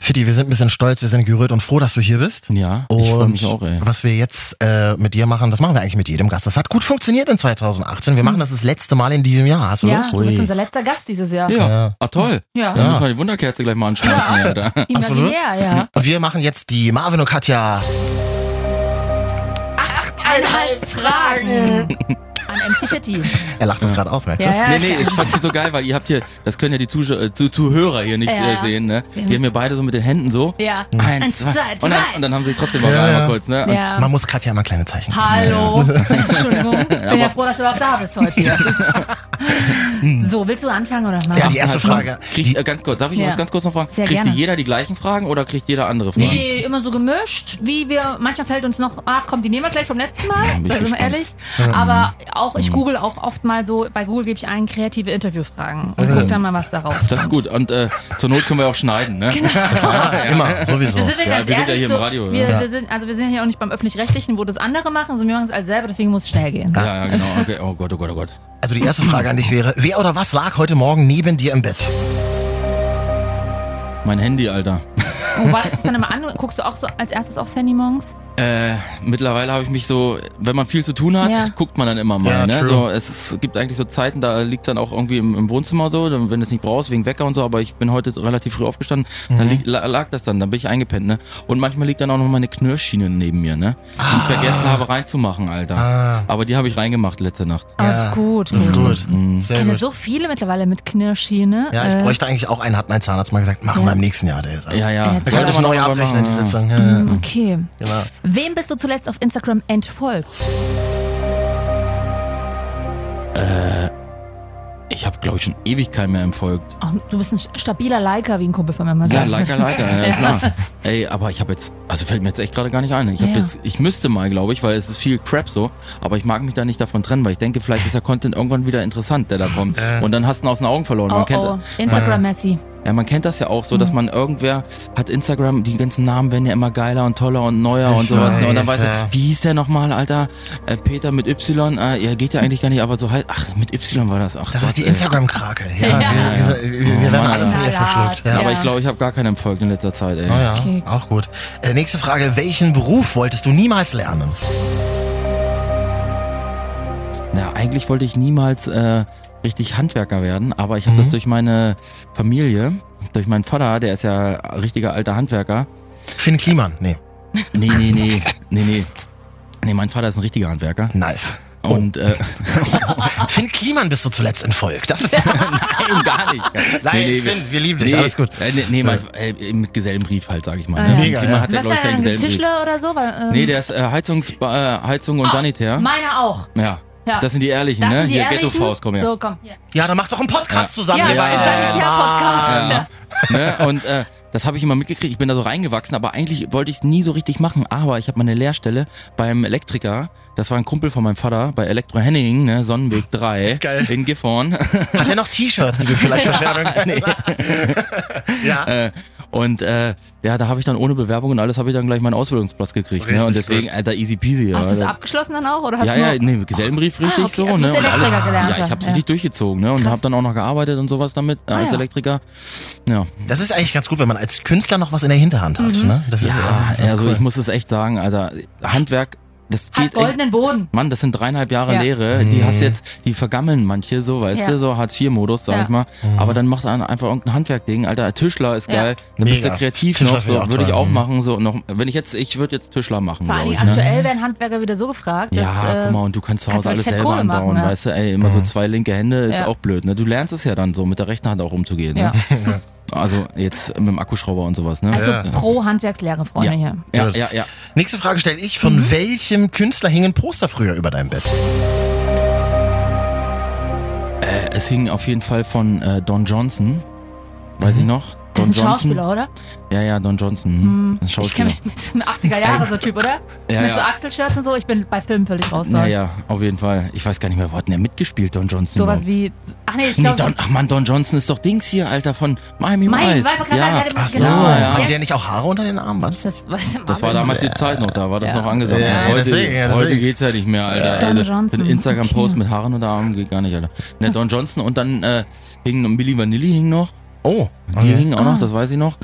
S1: Fitti, wir sind ein bisschen stolz, wir sind gerührt und froh, dass du hier bist.
S4: Ja,
S1: Und
S4: ich freue mich auch, ey.
S1: was wir jetzt äh, mit dir machen, das machen wir eigentlich mit jedem Gast. Das hat gut funktioniert in 2018. Wir machen das das letzte Mal in diesem Jahr. Hast du
S2: Ja,
S1: Lust?
S2: du bist unser letzter Gast dieses Jahr.
S4: Ja.
S1: Ja.
S4: Ah, toll.
S2: Ja.
S4: Dann müssen wir die Wunderkerze gleich mal anschmeißen, Alter.
S1: Absolut.
S2: Imaginär, ja.
S1: Und wir machen jetzt die Marvin und Katja.
S2: Eineinhalb Fragen an MC
S4: (laughs)
S2: Fitti.
S1: Er lacht uns gerade aus, merkst du?
S2: Ja, ja.
S4: Nee, nee, ich fand's hier so geil, weil ihr habt hier, das können ja die Zuschauer, äh, zu, Zuhörer hier nicht
S2: Ja.
S4: äh, sehen, ne?
S2: Wir
S4: Die haben mir beide so mit den Händen so.
S2: Ja.
S4: Eins,
S2: Eins,
S4: zwei,
S2: zwei,
S4: und, dann,
S2: drei.
S4: und dann haben sie trotzdem mal,
S1: Ja,
S4: mal
S1: ja.
S4: kurz, ne? Und
S2: Ja.
S1: Man muss Katja immer kleine Zeichen geben.
S2: Hallo. (laughs)
S4: (laughs)
S2: Entschuldigung. Bin ja
S4: Aber-
S2: froh, dass du überhaupt da bist heute. (laughs) so, willst du anfangen oder machen?
S1: Ja, die erste Frage.
S4: Kriegt,
S1: Die,
S4: äh, ganz kurz, darf ich
S2: Ja.
S4: was ganz kurz noch fragen?
S2: Sehr
S4: kriegt
S2: gerne.
S4: jeder die gleichen Fragen oder kriegt jeder andere Fragen?
S2: Nee, immer so gemischt, wie wir, manchmal fällt uns noch, ach komm, die nehmen wir gleich vom letzten Mal,
S4: bin ich
S2: da sind wir
S4: gespannt. Mhm.
S2: ehrlich. Aber auch, ich google auch oft mal so, bei Google gebe ich ein kreative Interviewfragen und guck dann mal, was daraus
S4: Das ist gut. Und äh, zur Not können wir auch schneiden, ne?
S2: Genau.
S1: ja, (laughs) immer, sowieso.
S2: Da sind wir
S4: Ja,
S2: ganz
S4: wir sind
S2: ehrlich,
S4: ja hier im
S2: so,
S4: Radio,
S2: Wir,
S4: ja.
S2: wir sind, also wir sind ja auch nicht beim Öffentlich-Rechtlichen, wo das andere machen, sondern wir machen es alles selber, deswegen muss es schnell gehen.
S4: Ja, ja, genau. Okay. Oh Gott, oh Gott, oh Gott.
S1: Also die erste Frage an dich wäre, wer oder was lag heute Morgen neben dir im Bett?
S4: Mein Handy, Alter.
S2: Und war ist es dann immer an? Guckst du auch so als erstes aufs Handy morgens?
S4: Äh, mittlerweile habe ich mich so, wenn man viel zu tun hat,
S2: Ja.
S4: guckt man dann immer mal.
S1: Ja,
S4: ne?
S1: true.
S4: so, es, ist- gibt eigentlich so Zeiten, da liegt es dann auch irgendwie im, im Wohnzimmer so, dann, wenn du es nicht brauchst, wegen Wecker und so, aber ich bin heute relativ früh aufgestanden, dann
S1: Mhm.
S4: lieg, la- lag das dann, dann bin ich eingepennt. Ne? Und manchmal liegt dann auch noch meine Knirschschiene neben mir, ne? die ich vergessen habe reinzumachen, Alter.
S1: Ah,
S4: Aber die habe ich reingemacht letzte Nacht.
S2: Aber
S1: Ja,
S2: ist gut.
S1: das ist gut.
S4: Mhm.
S2: Ich
S1: Sehr
S2: kenne
S1: gut.
S2: so viele mittlerweile mit Knirschschiene.
S1: Ja, ich
S2: Äh,
S1: bräuchte eigentlich auch einen, hat mein Zahnarzt mal gesagt, machen wir im nächsten Jahr. Der
S4: Ja, ja.
S2: Jetzt
S1: Da kann
S2: Sollte
S1: ich neu
S4: aber
S1: abrechnen, die
S4: machen, ja.
S1: Sitzung. Ja, ja,
S2: mh, Okay.
S1: genau.
S2: Wem bist du zuletzt auf Instagram entfolgt?
S4: Ich habe, glaube ich, schon ewig keinen mehr entfolgt.
S2: Ach, du bist ein stabiler Liker, wie ein Kumpel von mir mal
S4: Ja,
S2: sagt. (laughs)
S4: Leica, Leica, ja, klar. Ey, aber ich habe jetzt, also fällt mir jetzt echt gerade gar nicht ein. Ich habe
S2: Ja.
S4: jetzt, ich müsste mal, glaube ich, weil es ist viel Crap so, aber ich mag mich da nicht davon trennen, weil ich denke, vielleicht ist der Content irgendwann wieder interessant, der da kommt. Und dann hast du ihn aus den Augen verloren. Man
S2: Oh,
S4: kennt,
S2: oh. Instagram-Messi.
S4: ja, man kennt das ja auch so, dass man irgendwer hat Instagram, die ganzen Namen werden ja immer geiler und toller und neuer und
S1: Ich
S4: sowas. ne? Und dann
S1: weiß,
S4: weiß
S1: ja.
S4: er, wie hieß der nochmal, Alter? Äh, Peter mit Y, äh, ja, geht ja eigentlich gar nicht, aber so halt, ach, mit Y war das. Ach,
S1: Das
S4: Gott,
S1: ist die
S4: ey.
S1: Instagram-Krake. Ja,
S2: Ja.
S1: Wir, wir, wir, wir
S4: Oh,
S1: werden
S4: Mann,
S1: alle von ihr
S2: Alter.
S1: verschluckt. Ja.
S2: Ja.
S4: Aber ich glaube, ich habe gar keinen entfolgt in letzter Zeit, ey.
S1: Naja,
S2: Okay.
S1: auch gut. Äh, nächste Frage, welchen Beruf wolltest du niemals lernen?
S4: Na, eigentlich wollte ich niemals äh, richtig Handwerker werden, aber ich habe
S1: Mhm.
S4: das durch meine Familie, durch meinen Vater, der ist ja richtiger alter Handwerker.
S1: Finn Kliman, nee,
S4: Nee, nee, nee, nee, nee. Nee, mein Vater ist ein richtiger Handwerker.
S1: nice. (laughs)
S4: Und äh,
S1: Finn Kliman bist du zuletzt entfolgt. Das
S4: nein, gar nicht.
S1: Nein, Finn, wir lieben dich, alles gut.
S4: Äh, nee, nee, mein, äh, mit Gesellenbrief halt, sag ich mal.
S2: Ah, ja.
S4: Ne?
S1: Mega,
S4: Klima
S1: ja.
S4: hat ja,
S2: Was
S4: glaube
S2: war
S4: ich, keinen
S2: denn ein
S4: Gesellenbrief.
S2: Tischler oder so? Weil, ähm,
S4: Nee, der ist äh, Heizungs, äh, Heizung und Sanitär.
S2: Meiner auch.
S4: Ja.
S2: Ja.
S4: Das sind die Ehrlichen,
S2: Ah, Das
S4: ne?
S2: sind die
S4: Hier,
S2: Ehrlichen.
S4: Ghetto-Faust, komm her.
S2: So, komm. Hier.
S1: Ja, dann mach doch einen Podcast
S4: Ja.
S1: zusammen. ihr
S2: ja,
S1: beiden.
S2: ein Sanitärpodcast.
S4: Ja. ne? Und äh, das habe ich immer mitgekriegt. Ich bin da so reingewachsen, aber eigentlich wollte ich es nie so richtig machen. Aber ich habe meine Lehrstelle beim Elektriker. Das war ein Kumpel von meinem Vater bei Elektro Henning, ne?
S2: (laughs)
S4: Sonnenweg 3
S1: Geil.
S4: in Gifhorn. (laughs)
S1: Hat er noch T-Shirts, die wir vielleicht verschenken?
S4: nee.
S1: (laughs) Ja.
S4: Äh, Und äh, ja, da habe ich dann ohne Bewerbung und alles habe ich dann gleich meinen Ausbildungsplatz gekriegt. Ne?
S1: Richtig
S4: Und deswegen,
S1: gut.
S4: Alter, easy peasy.
S2: Hast du es
S4: ja, also.
S2: abgeschlossen dann auch? Oder hast
S4: ja,
S2: du
S4: ja,
S2: nur-
S4: nee, mit Gesellenbrief richtig
S2: Ah, okay,
S4: so.
S2: also
S4: ne?
S2: bist
S4: Und
S2: du Elektriker gelernt
S4: ja, ich
S2: dann,
S4: habe
S2: ja.
S4: richtig durchgezogen, ne? Und
S2: Krass.
S4: habe dann auch noch gearbeitet und sowas damit äh,
S2: Ah,
S4: als
S2: ja.
S4: Elektriker.
S1: Das ist eigentlich ganz gut, wenn man als Künstler noch was in der Hinterhand hat.
S2: Mhm.
S1: Ne? Das ist,
S4: Ja,
S1: das ist
S4: also
S1: cool.
S4: ich muss es echt sagen, Alter, Handwerk, das
S2: Hat
S4: geht echt
S2: goldenen Boden.
S4: Mann, das sind dreieinhalb Jahre
S2: Ja.
S4: Lehre.
S1: Mhm.
S4: Die hast jetzt, die vergammeln manche, so weißt
S2: Ja.
S4: du, so Hartz-IV-Modus, sag
S2: Ja.
S4: ich mal.
S1: Mhm.
S4: Aber dann machst du ein- einfach irgendein Handwerkding, Alter. Tischler ist
S2: Ja.
S4: geil. Dann bist du
S1: Mega.
S4: kreativ
S1: Tischler
S4: noch, so,
S1: finde ich auch
S4: würde ich
S1: toll.
S4: auch
S1: Mhm.
S4: machen. So noch, wenn ich jetzt, ich würde jetzt Tischler machen,
S2: Vor allen
S4: glaube ich.
S2: Dingen
S4: Ne?
S2: aktuell werden Handwerker wieder so gefragt, dass,
S4: Ja,
S2: äh,
S4: guck mal, und du kannst zu
S2: kannst
S4: Hause
S2: halt
S4: alles
S2: fett
S4: selber
S2: Kohle
S4: anbauen,
S2: machen, ne?
S4: weißt du, ey, immer so
S1: Mhm.
S4: zwei linke Hände ist
S2: Ja.
S4: auch blöd, ne? Du lernst es ja dann so, mit der rechten Hand auch umzugehen,
S2: Ja.
S4: (laughs) ne? Also jetzt mit dem Akkuschrauber und sowas, ne?
S2: Also
S1: Ja.
S2: pro Handwerkslehre, Freunde
S4: Ja.
S2: hier.
S4: ja, ja, ja.
S1: Nächste Frage stelle ich. Von welchem Künstler hingen Poster früher über deinem Bett?
S4: Äh, es hing auf jeden Fall von äh, Don Johnson, weiß
S1: Mhm.
S4: ich noch.
S2: Das
S4: Don
S2: ist ein
S4: Johnson.
S2: Schauspieler, oder?
S4: Ja, ja, Don Johnson. hm. Das ist ein
S2: Mhm. Ich kenne
S4: Schauspieler.
S2: mich mit dem 80er Jahre so Typ, oder?
S4: Ja,
S2: mit so
S4: ja.
S2: Achselshirts und so. Ich bin bei Filmen völlig raus. sorry.
S4: Naja, auf jeden Fall. Ich weiß gar nicht mehr, wo hat denn der mitgespielt, Don Johnson?
S2: Sowas
S4: überhaupt?
S2: wie. Ach nee, ich
S4: Genau. Nee,
S2: glaube.
S4: Don, ach man, Don Johnson ist doch Dings hier, Alter, von Miami
S2: Miami,
S4: Vice.
S2: weil man kann
S4: ja.
S2: sagen, der hat-
S1: Ach so,
S2: Genau, ja.
S1: haben die ja nicht auch Haare unter den Armen? War das
S2: das, was,
S4: Das war damals die Zeit noch, da war das
S2: Ja.
S4: noch angesagt.
S1: Ja,
S4: heute,
S1: deswegen, ja,
S4: heute
S1: deswegen.
S4: geht's ja nicht mehr, Alter.
S2: Don
S4: Also,
S2: Johnson,
S4: Ein Instagram-Post
S2: okay.
S4: mit Haaren oder Armen geht gar nicht, Alter. Ne, Don Johnson und dann äh, hing noch Milli Vanilli hing noch.
S1: Oh,
S4: Die
S1: okay.
S4: hingen
S2: Ah.
S4: auch noch, das weiß ich noch.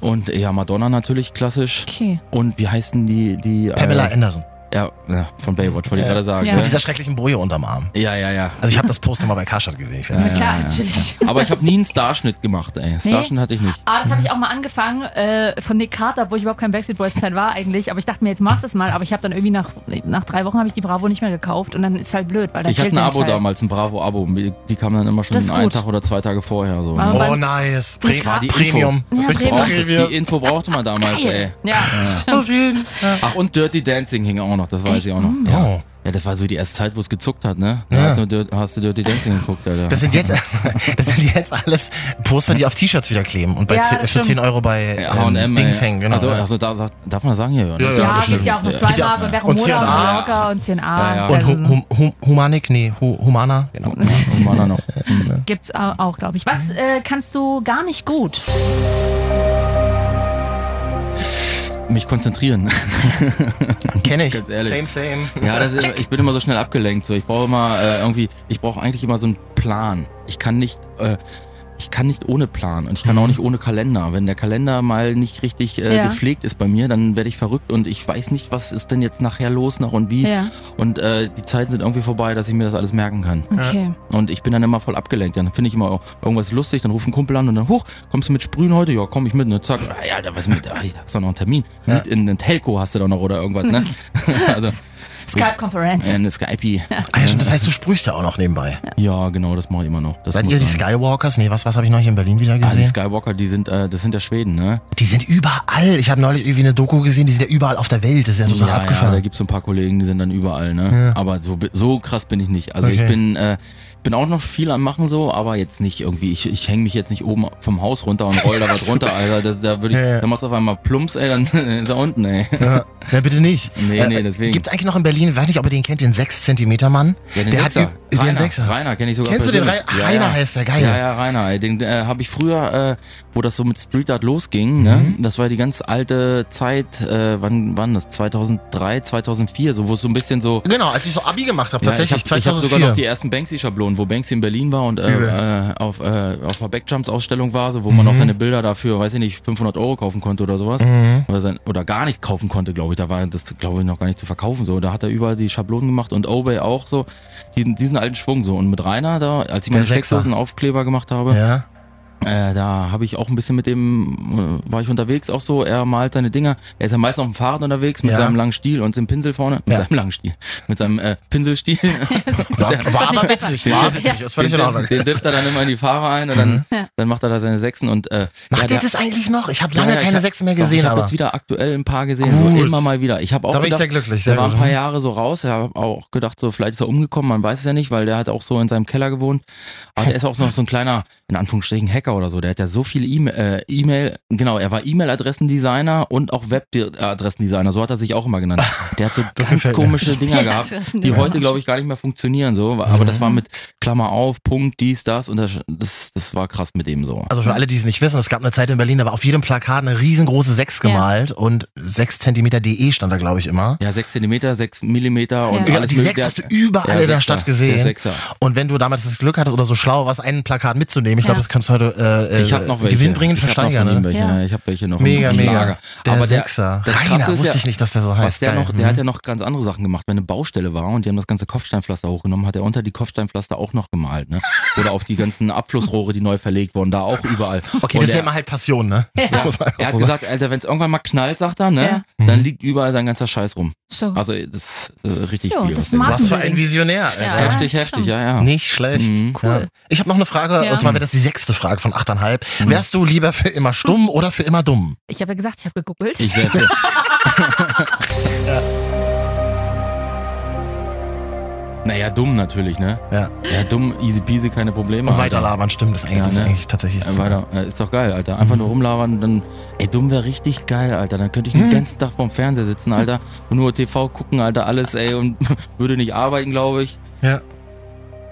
S4: Und ja, Madonna natürlich klassisch.
S2: Okay.
S4: Und wie heißen die? die
S1: Pamela
S4: Äh,
S1: Anderson.
S4: ja, ja, von Baywatch, wollte ich
S1: Ja.
S4: gerade sagen.
S2: Ja.
S4: ne?
S1: Mit dieser schrecklichen Boje unterm Arm.
S4: Ja, ja, ja.
S1: Also ich habe das Poster mal bei Karstadt gesehen. Ich weiß
S2: Na
S1: nicht.
S2: klar, natürlich.
S4: Aber ich habe nie einen Starschnitt gemacht, ey. Starschnitt hatte ich nicht.
S2: Ah, das habe ich auch mal angefangen äh, von Nick Carter, wo ich überhaupt kein Backstreet Boys Fan war eigentlich. Aber ich dachte mir, jetzt machst du es mal. Aber ich habe dann irgendwie nach, nach drei Wochen habe ich die Bravo nicht mehr gekauft und dann ist halt blöd, weil da
S4: Ich hatte
S2: fehlt
S4: ein
S2: der
S4: Abo
S2: Teil.
S4: damals, ein Bravo-Abo. Die kam dann immer schon
S2: Das ist
S4: einen
S2: gut.
S4: Tag oder zwei Tage vorher. So.
S2: War-
S1: Oh, nice. Pre
S2: Das war
S4: die
S1: Premium.
S2: Info. Ja,
S1: Richtig
S2: Premium.
S4: Braucht es. Die
S1: Premium.
S4: Info brauchte man damals, ey.
S2: Geil. Ja,
S1: Auf jeden Fall.
S4: Ach, und Dirty Dancing hing auch noch, das weiß ich auch
S2: Mhm.
S4: noch. Ja.
S1: Oh.
S4: ja, das war so die erste Zeit, wo es gezuckt hat, ne?
S1: Ja.
S4: Da hast, du Dir- hast du Dirty Dancing geguckt, Alter.
S1: Das sind, jetzt, (laughs) das sind jetzt alles Poster, die auf T-Shirts wieder kleben und bei
S2: Ja,
S1: 10
S2: das
S1: für
S2: stimmt.
S1: 10 Euro bei
S4: Ja,
S1: ähm,
S4: H&M,
S1: Dings
S4: ey.
S1: hängen. Genau.
S4: Also,
S1: ja.
S4: also da, sagt- darf man das sagen hier, Jörn?
S1: Ja,
S4: Das ist
S2: ja,
S4: bestimmt-
S2: gibt ja auch noch
S1: Gibt ja-
S2: Primark und
S1: und
S2: Veromoda
S1: C&A.
S2: und Lorca und C&A.
S4: Ja, ja.
S1: und
S2: Also,
S1: hum, hum, hum, Humanik, nee, hu, Humana. Genau.
S4: Ja, und Mana noch. Hm.
S2: Gibt's au- auch, glaube ich. Was äh, kannst du gar nicht gut?
S4: Mich konzentrieren.
S1: Kenne ich.
S4: Ganz ehrlich.
S1: Same, same.
S4: Ja, das ist, ich bin immer so schnell abgelenkt. So, ich brauche immer äh, irgendwie, ich brauche eigentlich immer so einen Plan. Ich kann nicht, äh, ich kann nicht ohne Plan und ich kann auch nicht ohne Kalender. Wenn der Kalender mal nicht richtig äh,
S2: Mhm. Ja.
S4: gepflegt ist bei mir, dann werde ich verrückt und ich weiß nicht, was ist denn jetzt nachher los nach und wie.
S2: Ja,
S4: Und äh, die Zeiten sind irgendwie vorbei, dass ich mir das alles merken kann.
S2: okay.
S4: Und ich bin dann immer voll abgelenkt. Dann finde ich immer auch irgendwas lustig, dann ruft ein Kumpel an und dann, hoch, kommst du mit Sprühen heute? Ja, komm ich mit. Ne? Zack, ah, ja, da was mit, ah, hast doch noch einen Termin. Mit in den Telco hast du doch noch oder
S2: (laughs)
S4: irgendwas, ne? (laughs) also,
S2: Skype-Konferenz.
S4: eine Skype.
S1: Ah, ja, stimmt, das heißt, du sprühst ja auch noch nebenbei.
S4: Ja, genau, das mache ich immer noch. Das
S1: Seid
S4: muss
S1: ihr die
S4: sein.
S1: Skywalkers? Nee, was, was habe ich neulich in Berlin wieder
S4: Ah, die
S1: gesehen?
S4: Skywalker, die sind, äh, das sind ja Schweden, ne?
S1: die sind überall. Ich habe neulich irgendwie eine Doku gesehen, die sind ja überall auf der Welt. Das ist ja total
S4: ja, ja,
S1: abgefahren.
S4: (laughs) da gibt's so ein paar Kollegen, die sind dann überall, ne? Aber so, so krass bin ich nicht. Also
S1: Okay.
S4: ich bin, äh, bin auch noch viel am Machen so, aber jetzt nicht irgendwie. Ich, ich hänge mich jetzt nicht oben vom Haus runter und roll da
S1: (laughs)
S4: was runter, Alter. Das, da würde ich,
S1: Ja, ja.
S4: dann macht's auf einmal Plumps, ey, dann (laughs) ist er unten, ey.
S1: Ja, na, bitte nicht.
S4: Nee, nee, deswegen.
S1: Gibt es eigentlich noch in Berlin, weiß nicht, ob ihr den kennt, den 6-Zentimeter-Mann?
S4: Ja, den
S1: der
S4: Sechser.
S1: hat ü- den
S4: Rainer,
S1: Sechser.
S4: Rainer kenne ich sogar
S1: Kennst du den
S4: persönlich.
S1: Rainer? Ach, Rainer heißt der, geil.
S4: Ja, ja, Rainer. ey. Den äh, habe ich früher, äh, wo das so mit Street Art losging, ne?
S1: Mhm.
S4: das war die ganz alte Zeit, äh, wann wann das? 2003, 2004, so, wo es so ein bisschen so...
S1: Genau, als ich so Abi gemacht habe, tatsächlich,
S4: ja, ich habe hab
S1: 2004.
S4: sogar noch die ersten Banksy-Schablonen, wo Banksy in Berlin war und
S1: Übel. Mhm.
S4: äh, äh, auf, äh, auf einer Backjumps-Ausstellung war, so, wo man auch seine Bilder dafür, weiß ich nicht, 500 Euro kaufen konnte oder sowas.
S1: Mhm.
S4: Oder, sein, oder gar nicht kaufen konnte, glaube ich. Da war das, glaube ich, noch gar nicht zu verkaufen. So. Da hat er überall die Schablonen gemacht und Obey auch so. Diesen, diesen alten Schwung so. Und mit Rainer, da, als ich
S1: Der
S4: meine
S1: Sechser.
S4: Steckdosenaufkleber gemacht habe,
S1: ja.
S4: äh, da habe ich auch ein bisschen mit dem, äh, war ich unterwegs auch so, er malt seine Dinger, er ist ja meist auf dem Fahrrad unterwegs mit
S1: Ja.
S4: seinem langen Stiel und dem Pinsel vorne, mit
S1: Ja.
S4: seinem langen Stiel, mit seinem äh,
S1: (laughs)
S4: Pinselstiel. (laughs)
S1: War, war aber witzig, war witzig, ist völlig in
S4: den,
S1: Ordnung.
S4: dippt- den dippt er dann immer in die Fahrer ein und dann, dann macht er da seine Sechsen und äh, ja,
S1: Mhm. Macht
S4: der-
S1: ihr das eigentlich noch? Ich habe
S4: ja,
S1: lange
S4: ja, ich
S1: keine
S4: hab-
S1: Sechsen mehr
S4: doch,
S1: gesehen,
S4: Ich habe
S1: aber
S4: jetzt wieder aktuell ein paar gesehen,
S1: Gut.
S4: so immer mal wieder. Ich habe auch
S1: da bin ich
S4: gedacht,
S1: sehr glücklich. Sehr
S4: der war ein
S1: gut. hm.
S4: paar Jahre so raus. Ich habe auch gedacht, so vielleicht ist er umgekommen, man weiß es ja nicht, weil der hat auch so in seinem Keller gewohnt. Aber der ist auch noch so ein kleiner, in Anführungsstrichen, Hacker Hacker oder so, der hat ja so viele E-Mail, äh, E-Mail genau, er war E-Mail-Adressendesigner und auch Web-Adressendesigner, so hat er sich auch
S1: (laughs)
S4: immer genannt. Der hat so
S1: Das
S4: ganz
S1: gefällt mir.
S4: komische Dinger
S2: Ja,
S4: gehabt,
S2: Adressen,
S4: die
S2: ja.
S4: heute, glaube ich, gar nicht mehr funktionieren, so, aber
S1: Mhm.
S4: das war mit Klammer auf, Punkt, dies, das und das, das, das war krass mit dem so.
S1: Also für alle, die es nicht wissen, es gab eine Zeit in Berlin, da war auf jedem Plakat eine riesengroße 6
S2: Ja.
S1: gemalt und 6 Zentimeter DE stand da, glaube ich, immer.
S4: Ja, 6 Zentimeter, 6 Millimeter und
S2: Ja.
S1: Ja,
S4: alles
S1: die
S4: mögliche.
S1: 6 hast du überall in der
S4: Sechser,
S1: Stadt gesehen.
S4: Der Sechser.
S1: Und wenn du damals das Glück hattest oder so schlau warst, ein Plakat mitzunehmen, ich glaube,
S2: Ja.
S1: das kannst du heute äh,
S4: Ich habe noch welche.
S1: gewinnbringend
S4: Ich hab noch von
S1: versteigern.
S4: ihm
S1: Ne?
S4: welche,
S2: Ja.
S4: ja. Ich habe welche noch
S1: Mega,
S4: im
S1: mega.
S4: Lager.
S1: Der
S4: Aber der-
S1: Sechser.
S4: das
S1: Rainer,
S4: Krasse ist
S1: wusste
S4: ja,
S1: ich nicht, dass der so heißt.
S4: Was der,
S1: Geil.
S4: noch, der
S1: Mhm.
S4: hat ja noch ganz andere Sachen gemacht. Wenn eine Baustelle war und die haben das ganze Kopfsteinpflaster hochgenommen, hat er unter die Kopfsteinpflaster auch noch gemalt. Ne? Oder auf die ganzen Abflussrohre, die neu verlegt wurden, da auch überall.
S1: Okay,
S4: Und
S1: das ist ja
S4: er-
S1: immer halt Passion, ne? (laughs)
S2: Ja.
S1: Muss man einfach
S4: Er hat
S1: so
S4: gesagt, Alter, wenn es irgendwann mal knallt, sagt er, ne,
S1: Ja.
S4: dann
S1: Mhm.
S4: liegt überall sein ganzer Scheiß rum.
S2: So.
S4: Also das ist äh, richtig
S2: Ja,
S4: viel.
S2: das
S4: was der
S2: mag-
S4: macht.
S1: Was für ein Visionär, Alter.
S2: Ja.
S4: Heftig,
S2: schon.
S4: heftig, ja, ja.
S1: Nicht schlecht.
S4: Mhm.
S1: Cool. Ich habe noch eine Frage,
S2: Ja.
S1: und zwar wäre das die sechste Frage von 8,5.
S4: Mhm.
S1: Wärst du lieber für immer stumm oder für immer dumm?
S2: Ich habe ja gesagt, ich habe gegoogelt.
S4: Ich
S1: (laughs)
S4: werde Naja, dumm natürlich, ne?
S1: Ja.
S4: Ja, dumm, easy peasy, keine Probleme.
S1: Und weiter
S4: Alter.
S1: labern, stimmt, das ist eigentlich,
S4: Ja,
S1: das ist
S4: ne?
S1: eigentlich tatsächlich.
S4: Äh, weiter. Äh, Ist doch geil, Alter. Einfach nur
S1: Mhm.
S4: rumlabern und dann. Ey, dumm wäre richtig geil, Alter. Dann könnte ich den
S1: Hm.
S4: ganzen Tag vorm Fernseher sitzen, Alter. Und nur TV gucken, Alter, alles, ey. Und (laughs) würde nicht arbeiten, glaube ich.
S1: Ja.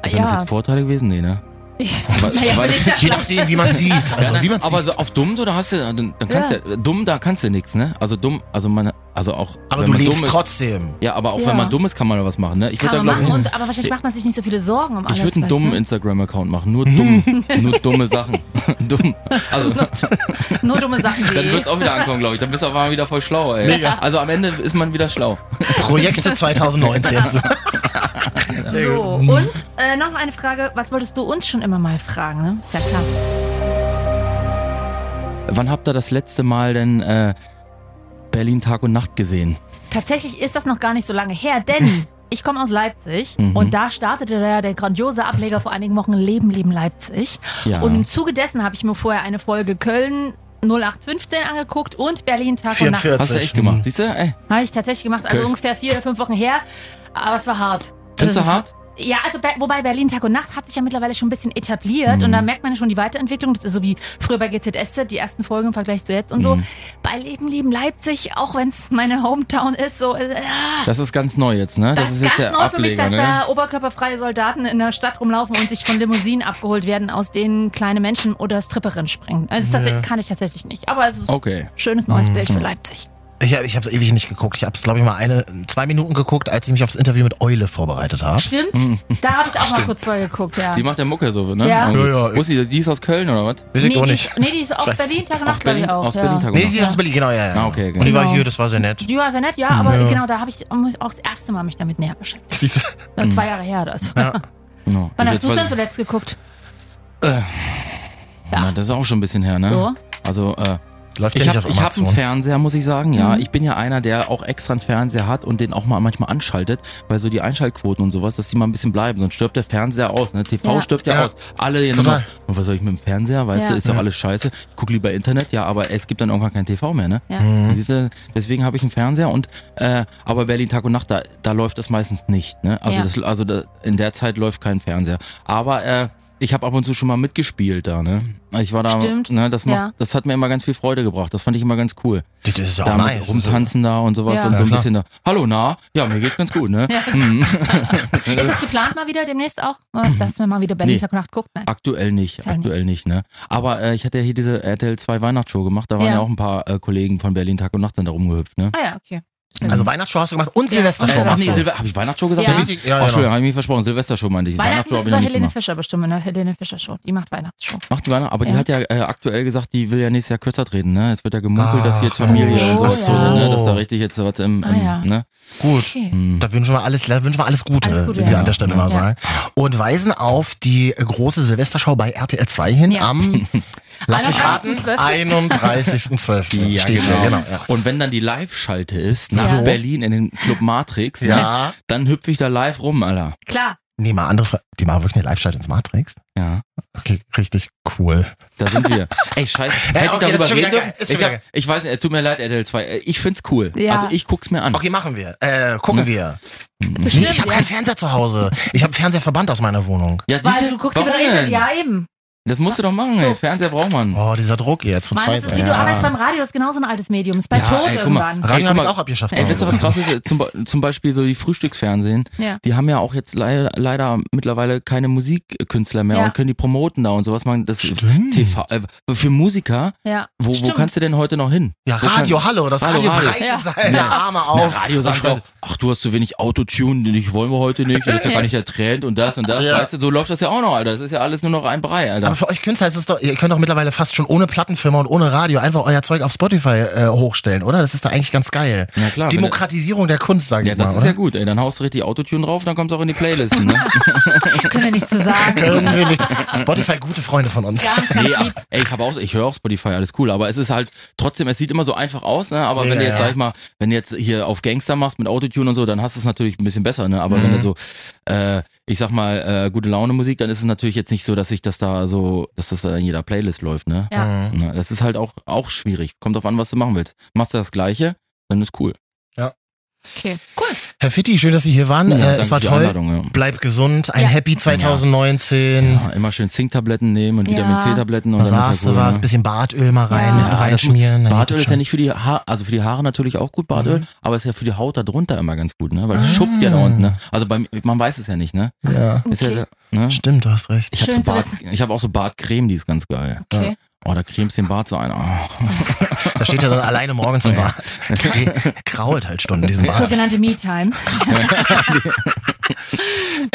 S4: Sind das jetzt Vorteile gewesen? Nee, ne?
S2: Ich-
S1: (laughs)
S4: Weil-
S2: Naja,
S4: weil-
S2: bin ich ja
S1: Je nachdem, wie man sieht. Also, wie man
S4: aber
S1: sieht.
S4: so auf dumm, so, da hast du, dann, dann kannst
S2: Ja.
S4: ja. dumm, da kannst du nichts, ne? Also dumm, also man, also auch.
S1: Aber
S4: wenn
S1: du
S4: man
S1: lebst
S4: dumm ist,
S1: trotzdem.
S4: Ja, aber auch
S2: Ja.
S4: wenn man dumm ist, kann man da was machen, ne? Ich
S2: kann
S4: würde
S2: man
S4: da,
S2: machen,
S4: glaube
S2: und, aber wahrscheinlich macht man sich nicht so viele Sorgen um
S4: ich,
S2: alles.
S4: ich würde einen
S2: vielleicht,
S4: dummen
S2: ne?
S4: Instagram-Account machen.
S2: (laughs)
S4: Nur dumm. nur dumme Sachen. (laughs) dumm. Also,
S2: Nur dumme Sachen
S4: (laughs) dann
S2: sehe.
S4: wird's auch wieder ankommen, glaube ich. Dann bist du auf einmal wieder voll schlau, ey. Also am Ende ist man wieder schlau. (laughs)
S1: Projekte 2019. Sehr
S2: So,
S1: gut.
S2: und äh, noch eine Frage, was wolltest du uns schon immer mal fragen, ne? Ist ja klar.
S4: Wann habt ihr das letzte Mal denn äh, Berlin Tag und Nacht gesehen?
S2: Tatsächlich ist das noch gar nicht so lange her, denn ich komme aus Leipzig
S4: Mhm.
S2: und da startete der, der grandiose Ableger vor einigen Wochen Leben, Leben Leipzig.
S4: Ja.
S2: Und im Zuge dessen habe ich mir vorher eine Folge Köln 0815 angeguckt und Berlin Tag und Nacht.
S1: 44.
S4: Hast du echt gemacht. Siehst du? Ey,
S2: Habe ich tatsächlich gemacht, also
S4: Köln.
S2: ungefähr vier oder fünf Wochen her. Aber es war hart.
S4: findest du
S2: Das-
S4: hart?
S2: Ja, also Be- wobei Berlin Tag und Nacht hat sich ja mittlerweile schon ein bisschen etabliert
S4: Mhm.
S2: und da merkt man ja schon die Weiterentwicklung. Das ist so wie früher bei GZSZ, die ersten Folgen im Vergleich zu jetzt und so.
S4: Mhm.
S2: Bei Leben, Lieben Leipzig, auch wenn es meine Hometown ist, so. Äh, ah,
S4: Das ist ganz neu jetzt, ne?
S2: das, ist
S4: jetzt
S2: ganz
S4: der
S2: neu für mich,
S4: Ableger,
S2: dass
S4: ne?
S2: da oberkörperfreie Soldaten in der Stadt rumlaufen und sich von Limousinen (laughs) abgeholt werden, aus denen kleine Menschen oder Stripperinnen springen. Also das
S1: Ja.
S2: kann ich tatsächlich nicht. Aber es ist ein
S4: Okay.
S2: schönes
S4: Mhm.
S2: neues Bild für Leipzig.
S1: Ich, hab- ich habe es ewig nicht geguckt. Ich habe es, glaube ich, mal eine, zwei Minuten geguckt, als ich mich aufs Interview mit Eule vorbereitet habe.
S2: Stimmt? Da habe ich es auch mal kurz vorher geguckt, ja.
S4: Mhm. Die macht ja Mucke so, ne?
S2: Ja.
S4: Irgendwie.
S1: Ja, ja.
S4: Wusste ich, die ist aus Köln oder was?
S1: Weiß ich auch nicht.
S2: Die, nee, die ist aus
S1: Scheiße.
S2: Berlin Tag und
S4: Aus
S2: Nacht, glaube
S4: Berlin,
S2: ich auch.
S4: aus
S2: ja.
S4: Berlin Tag und
S1: Nee,
S4: Nacht.
S1: sie ist aus Berlin, genau, ja. ja.
S4: Ah, okay,
S1: Und die
S4: genau.
S1: war
S2: Genau.
S1: hier, das war sehr nett.
S2: Die war sehr nett, ja, aber
S1: Ja.
S2: genau, da habe ich mich auch das erste Mal mich damit näher beschäftigt.
S1: (laughs) Siehst du?
S2: Na, Zwei Jahre her oder so.
S1: Ja.
S4: No.
S2: Wann hast
S4: Hm. Ich
S2: du
S4: jetzt
S2: es denn
S4: weiß-
S2: zuletzt geguckt?
S4: Na, das ist auch schon ein bisschen her, ne?
S2: So?
S4: Also, äh,
S1: Läuft ja
S4: ich
S1: nicht
S4: habe
S1: auf
S4: hab einen
S1: Amazon.
S4: Fernseher, muss ich sagen, ja.
S2: Mhm.
S4: Ich bin ja einer, der auch extra einen Fernseher hat und den auch mal manchmal anschaltet, weil so die Einschaltquoten und sowas, dass die mal ein bisschen bleiben, sonst stirbt der Fernseher aus, ne? TV
S2: Ja.
S4: stirbt ja,
S1: Ja.
S4: aus. Alle jetzt
S1: Total.
S4: immer, und was soll ich mit dem Fernseher, weißt
S2: Ja.
S4: du, ist doch
S1: Ja.
S4: alles scheiße. Ich guck lieber Internet, ja, aber es gibt dann irgendwann kein TV mehr, ne?
S2: Ja.
S1: Mhm.
S4: Siehst du, deswegen habe ich einen Fernseher und äh, aber Berlin Tag und Nacht, da, da läuft das meistens nicht. Ne? Also,
S2: Ja.
S4: das, also da, in der Zeit läuft kein Fernseher. Aber äh, ich habe ab und zu schon mal mitgespielt da, ne? Ich war da,
S2: Stimmt,
S4: ne, das, macht,
S2: ja.
S4: das hat mir immer ganz viel Freude gebracht. Das fand ich immer ganz cool.
S1: Das ist ja auch
S4: da mit
S1: nice.
S4: rumtanzen da und sowas
S2: Ja.
S4: und
S1: Ja,
S4: so ein
S1: klar.
S4: bisschen da. Hallo, na? Ja, mir geht's ganz gut, ne?
S2: Ja. (laughs)
S4: Mhm. (laughs)
S2: Ist das geplant mal wieder demnächst auch? Äh, Dass man mal wieder Berlin
S4: Nee.
S2: Tag und Nacht guckt? Nein.
S4: Aktuell nicht,
S2: Aktuell
S4: aktuell nicht, ne? Aber äh, ich hatte ja hier diese RTL 2 Weihnachtsshow gemacht, da waren ja,
S2: Ja.
S4: auch ein paar äh, Kollegen von Berlin Tag und Nacht sind da rumgehüpft, ne?
S2: Ah ja, okay.
S1: Also Weihnachtsshow hast du gemacht und
S2: Ja.
S1: Silvestershow
S2: Ach,
S4: Ach
S1: machst
S4: nee,
S1: du.
S4: Silve- hab ich Weihnachtsshow gesagt?
S2: Ja.
S4: Hab ich-
S1: Richtig? Ja,
S4: Ach,
S1: ja,
S4: Entschuldigung,
S1: genau.
S4: habe ich mich versprochen. Silvestershow meinte ich. Die
S2: Weihnachten
S4: Weihnachtsshow
S2: müssen
S4: habe ich noch
S2: wir
S4: nicht
S2: Helene
S4: gemacht.
S2: Fischer bestimmen, ne? Helene Fischer Show. Die macht Weihnachtsshow.
S4: Macht die Weihnachten, aber die
S2: Ja.
S4: hat ja äh, aktuell gesagt, die will ja nächstes Jahr kürzer treten, ne? Jetzt wird ja gemunkelt, dass sie jetzt
S1: Ach,
S4: Familie
S2: ja.
S4: und
S2: Ach
S4: so,
S2: so.
S4: ne? Dass da richtig jetzt was im, im
S2: Ah, ja.
S4: ne?
S1: Gut.
S2: Okay.
S4: Hm.
S1: Da wünschen wir alles, da wünschen wir alles Gute,
S2: Alles Gute,
S1: wie wir
S2: ja.
S1: an der Stelle
S2: Ja.
S1: mal sagen. Und weisen auf die große Silvesterschau bei RTL 2 hin
S2: Ja. (laughs)
S1: am, lass mich raten,
S2: 31.12..
S1: 31.12.
S4: Ja,
S1: steht
S4: genau.
S1: hier, genau. Ja.
S4: Und wenn dann die Live-Schalte ist, nach
S2: So.
S4: Berlin in den Club Matrix, ne?
S1: ja.
S4: Dann hüpfe ich da live rum, Alter.
S2: Klar.
S1: Nee, mal andere Frage. Die machen wirklich eine Live-Schalt ins Matrix?
S4: Ja,
S1: Okay, richtig cool.
S4: da sind
S1: (laughs)
S4: wir. Ey, scheiße. Hätte ich
S1: okay, das ist
S4: darüber
S1: schon wieder
S4: reden
S1: geil,
S4: dürfen?
S1: ist schon
S4: Ich,
S1: wieder
S4: hab,
S1: geil.
S4: ich weiß nicht, äh, tut mir leid, RTL 2. äh, Ich find's cool.
S2: Ja.
S4: Also ich guck's mir an.
S1: Okay, machen wir. Äh, gucken
S4: Ja.
S1: wir. Nee,
S2: Bestimmt,
S1: ich habe
S2: ja.
S1: keinen Fernseher zu Hause. Ich habe Fernseher verbannt aus meiner Wohnung.
S4: Ja,
S2: Weil
S4: siehst
S2: du guckst über
S4: warum
S2: Internet.
S4: denn?
S2: Ja, eben.
S4: Das musst du doch machen, ey. Fernseher braucht man.
S1: Oh, dieser Druck jetzt von
S2: Mann,
S1: zwei.
S2: das ist wie
S1: ey.
S2: du arbeitest beim Radio, das ist genauso ein altes Medium. Ist bei
S4: Ja,
S2: Tod
S4: ey, guck mal.
S2: irgendwann.
S4: Ey,
S1: Radio
S4: guck
S1: habe
S4: mal.
S1: ich auch abgeschafft.
S4: Ey, wisst ihr, was krass ist? Zum, Be- zum Beispiel so die Frühstücksfernsehen.
S2: Ja.
S4: Die haben ja auch jetzt leider, leider mittlerweile keine Musikkünstler mehr
S2: Ja.
S4: und können die promoten da und sowas machen. Das
S1: Stimmt.
S4: TV. Äh, für Musiker,
S2: Ja.
S4: wo, wo
S2: Stimmt.
S4: kannst du denn heute noch hin?
S1: Ja,
S4: Wo
S1: Radio, hallo, das
S4: Hallo,
S1: Radio,
S4: Radio.
S1: breitet
S2: Ja.
S1: seine
S4: Ja.
S1: Arme
S4: Na,
S1: auf.
S4: Radio also, sagt
S1: Andere-
S4: doch, ach, du hast zu wenig Autotune, dich wollen wir heute nicht, das ist ja gar nicht der Trend und das und das.
S1: Ja.
S4: Weißt du, so läuft das ja auch noch, Alter. Das ist ja alles nur noch ein Brei, Alter.
S1: Aber für euch Künstler ist es doch, ihr könnt doch mittlerweile fast schon ohne Plattenfirma und ohne Radio einfach euer Zeug auf Spotify äh, hochstellen, oder? Das ist da eigentlich ganz geil.
S4: Na klar, wenn-
S1: Demokratisierung der Kunst, sag ich
S4: ja, das
S1: mal,
S4: ist
S1: oder?
S4: ja gut, ey. Dann haust du richtig Autotune drauf, dann kommt's auch in die Playlisten,
S2: (laughs)
S4: ne?
S2: Können wir nichts zu
S4: (laughs)
S2: sagen.
S1: Irgendwie nicht. Spotify, gute Freunde von uns.
S2: Ganz, ganz
S4: Nee,
S2: lieb.
S4: ach, ey, ich habe auch, ich höre auch Spotify, alles cool, aber es ist halt trotzdem, es sieht immer so einfach aus, ne? Aber
S1: Ja,
S4: wenn du jetzt,
S1: ja.
S4: sag ich mal, wenn du jetzt hier auf Gangster machst mit Autotune und so, dann hast du es natürlich ein bisschen besser, ne? Aber wenn
S1: Mhm.
S4: du so, äh, ich sag mal, äh, gute Laune Musik, dann ist es natürlich jetzt nicht so, dass ich das da so, dass das da in jeder Playlist läuft, ne?
S2: Ja.
S1: Mhm.
S4: Na, das ist halt auch, auch schwierig. Kommt drauf an, was du machen willst. Machst du das Gleiche, dann ist cool.
S2: Okay. Cool.
S1: Herr Fitti, schön, dass Sie hier waren.
S4: Ja,
S1: äh,
S4: danke
S1: es war
S4: für die
S1: toll.
S4: Einladung, ja.
S1: Bleibt gesund. Ein
S2: Ja.
S1: Happy 2019.
S4: Ja, immer schön Zinktabletten nehmen und
S2: Ja.
S4: Vitamin C-Tabletten und
S1: Da
S4: dann
S1: sagst
S4: ist
S1: du
S4: halt cool,
S1: was,
S4: ne?
S1: bisschen Bartöl mal rein,
S2: Ja, das
S1: reinschmieren. dann
S4: Bartöl
S1: geht
S4: ist ja
S1: schon.
S4: nicht für die Haare, also für die Haare natürlich auch gut, Bartöl, aber ist ja für die Haut darunter immer ganz gut, ne? Weil das
S1: Ah.
S4: schuppt ja da unten, ne? Also beim, man weiß es ja nicht, ne?
S1: Ja.
S4: Ist
S2: Okay.
S4: ja, ne?
S1: Stimmt, du hast recht.
S4: Ich habe
S2: Schön
S4: so
S2: zu
S4: Bart, ich hab auch so Bartcreme, die ist ganz geil.
S2: Okay.
S4: Oh, da cremst den Bart so ein. Oh.
S1: Da steht er dann alleine morgens im
S4: Ja.
S1: Bad. Krault halt Stunden diesen
S4: Ah.
S1: Bad.
S2: Sogenannte Me-Time.
S1: MC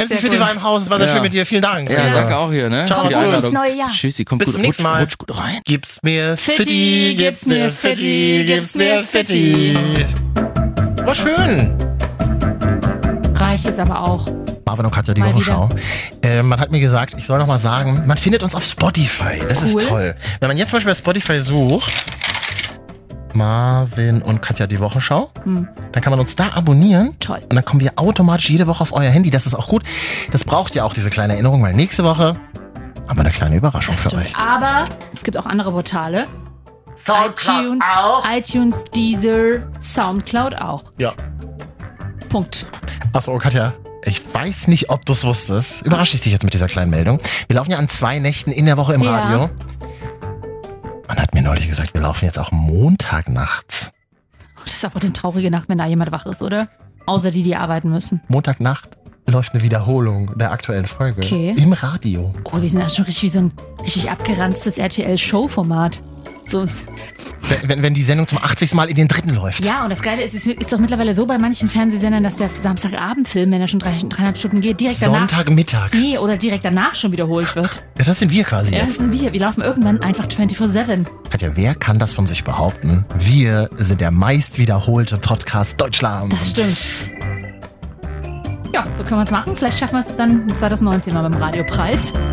S2: Sehr
S1: Fitti
S2: cool.
S1: war im Haus, es war sehr
S4: Ja.
S1: schön mit dir. Vielen Dank.
S4: Ja, danke auch hier, ne?
S1: Ciao,
S4: Für
S1: mach's
S4: die
S1: gut.
S4: Einladung.
S2: Bis neue Jahr.
S4: Tschüss, die kommt
S1: Bis
S4: gut,
S1: zum nächsten
S4: rutscht-
S1: Mal.
S4: rutscht gut rein.
S1: Gib's mir Fitti,
S2: Fitti,
S1: gib's mir Fitti, gib's mir Fitti. War schön.
S2: Reicht jetzt aber auch.
S1: Marvin und Katja, die
S2: Mal
S1: Wochenschau. Äh, man hat mir gesagt, ich soll noch mal sagen, man findet uns auf Spotify. Das
S2: Cool.
S1: ist toll. Wenn man jetzt zum Beispiel bei Spotify sucht, Marvin und Katja, die Wochenschau,
S2: Hm.
S1: dann kann man uns da abonnieren.
S2: Toll.
S1: Und dann kommen wir automatisch jede Woche auf euer Handy. Das ist auch gut. Das braucht ja auch diese kleine Erinnerung, weil nächste Woche haben wir eine kleine Überraschung für euch.
S2: Aber es gibt auch andere Portale. iTunes, iTunes, Deezer, Soundcloud auch.
S1: Ja.
S2: Punkt.
S1: Achso, oh Katja. Ich weiß nicht, ob du es wusstest. Überrasche ich dich jetzt mit dieser kleinen Meldung. Wir laufen ja an zwei Nächten in der Woche im
S2: Ja.
S1: Radio. Man hat mir neulich gesagt, wir laufen jetzt auch Montag nachts.
S2: Oh, das ist aber eine traurige Nacht, wenn da jemand wach ist, oder? Außer die, die arbeiten müssen.
S1: Montagnacht läuft eine Wiederholung der aktuellen Folge.
S2: Okay.
S1: Im Radio.
S2: Oh, wir sind ja schon richtig wie so ein richtig abgeranztes RTL-Show-Format. So,
S1: Wenn, wenn, wenn die Sendung zum 80. Mal in den dritten läuft.
S2: ja, und das Geile ist, es ist doch mittlerweile so bei manchen Fernsehsendern, dass der Samstagabendfilm, wenn er schon drei, dreieinhalb Stunden geht, direkt danach.
S1: Sonntagmittag. Ja,
S2: Nee, oder direkt danach schon wiederholt wird.
S1: das sind wir quasi
S2: Ja.
S1: jetzt.
S2: Das sind wir. Wir laufen irgendwann einfach 24-7.
S1: Katja, wer kann das von sich behaupten? Wir sind der meist wiederholte Podcast Deutschlands.
S2: Das stimmt. Ja, so können wir es machen. Vielleicht schaffen wir es dann 2019 mal beim Radiopreis. Ah! (laughs)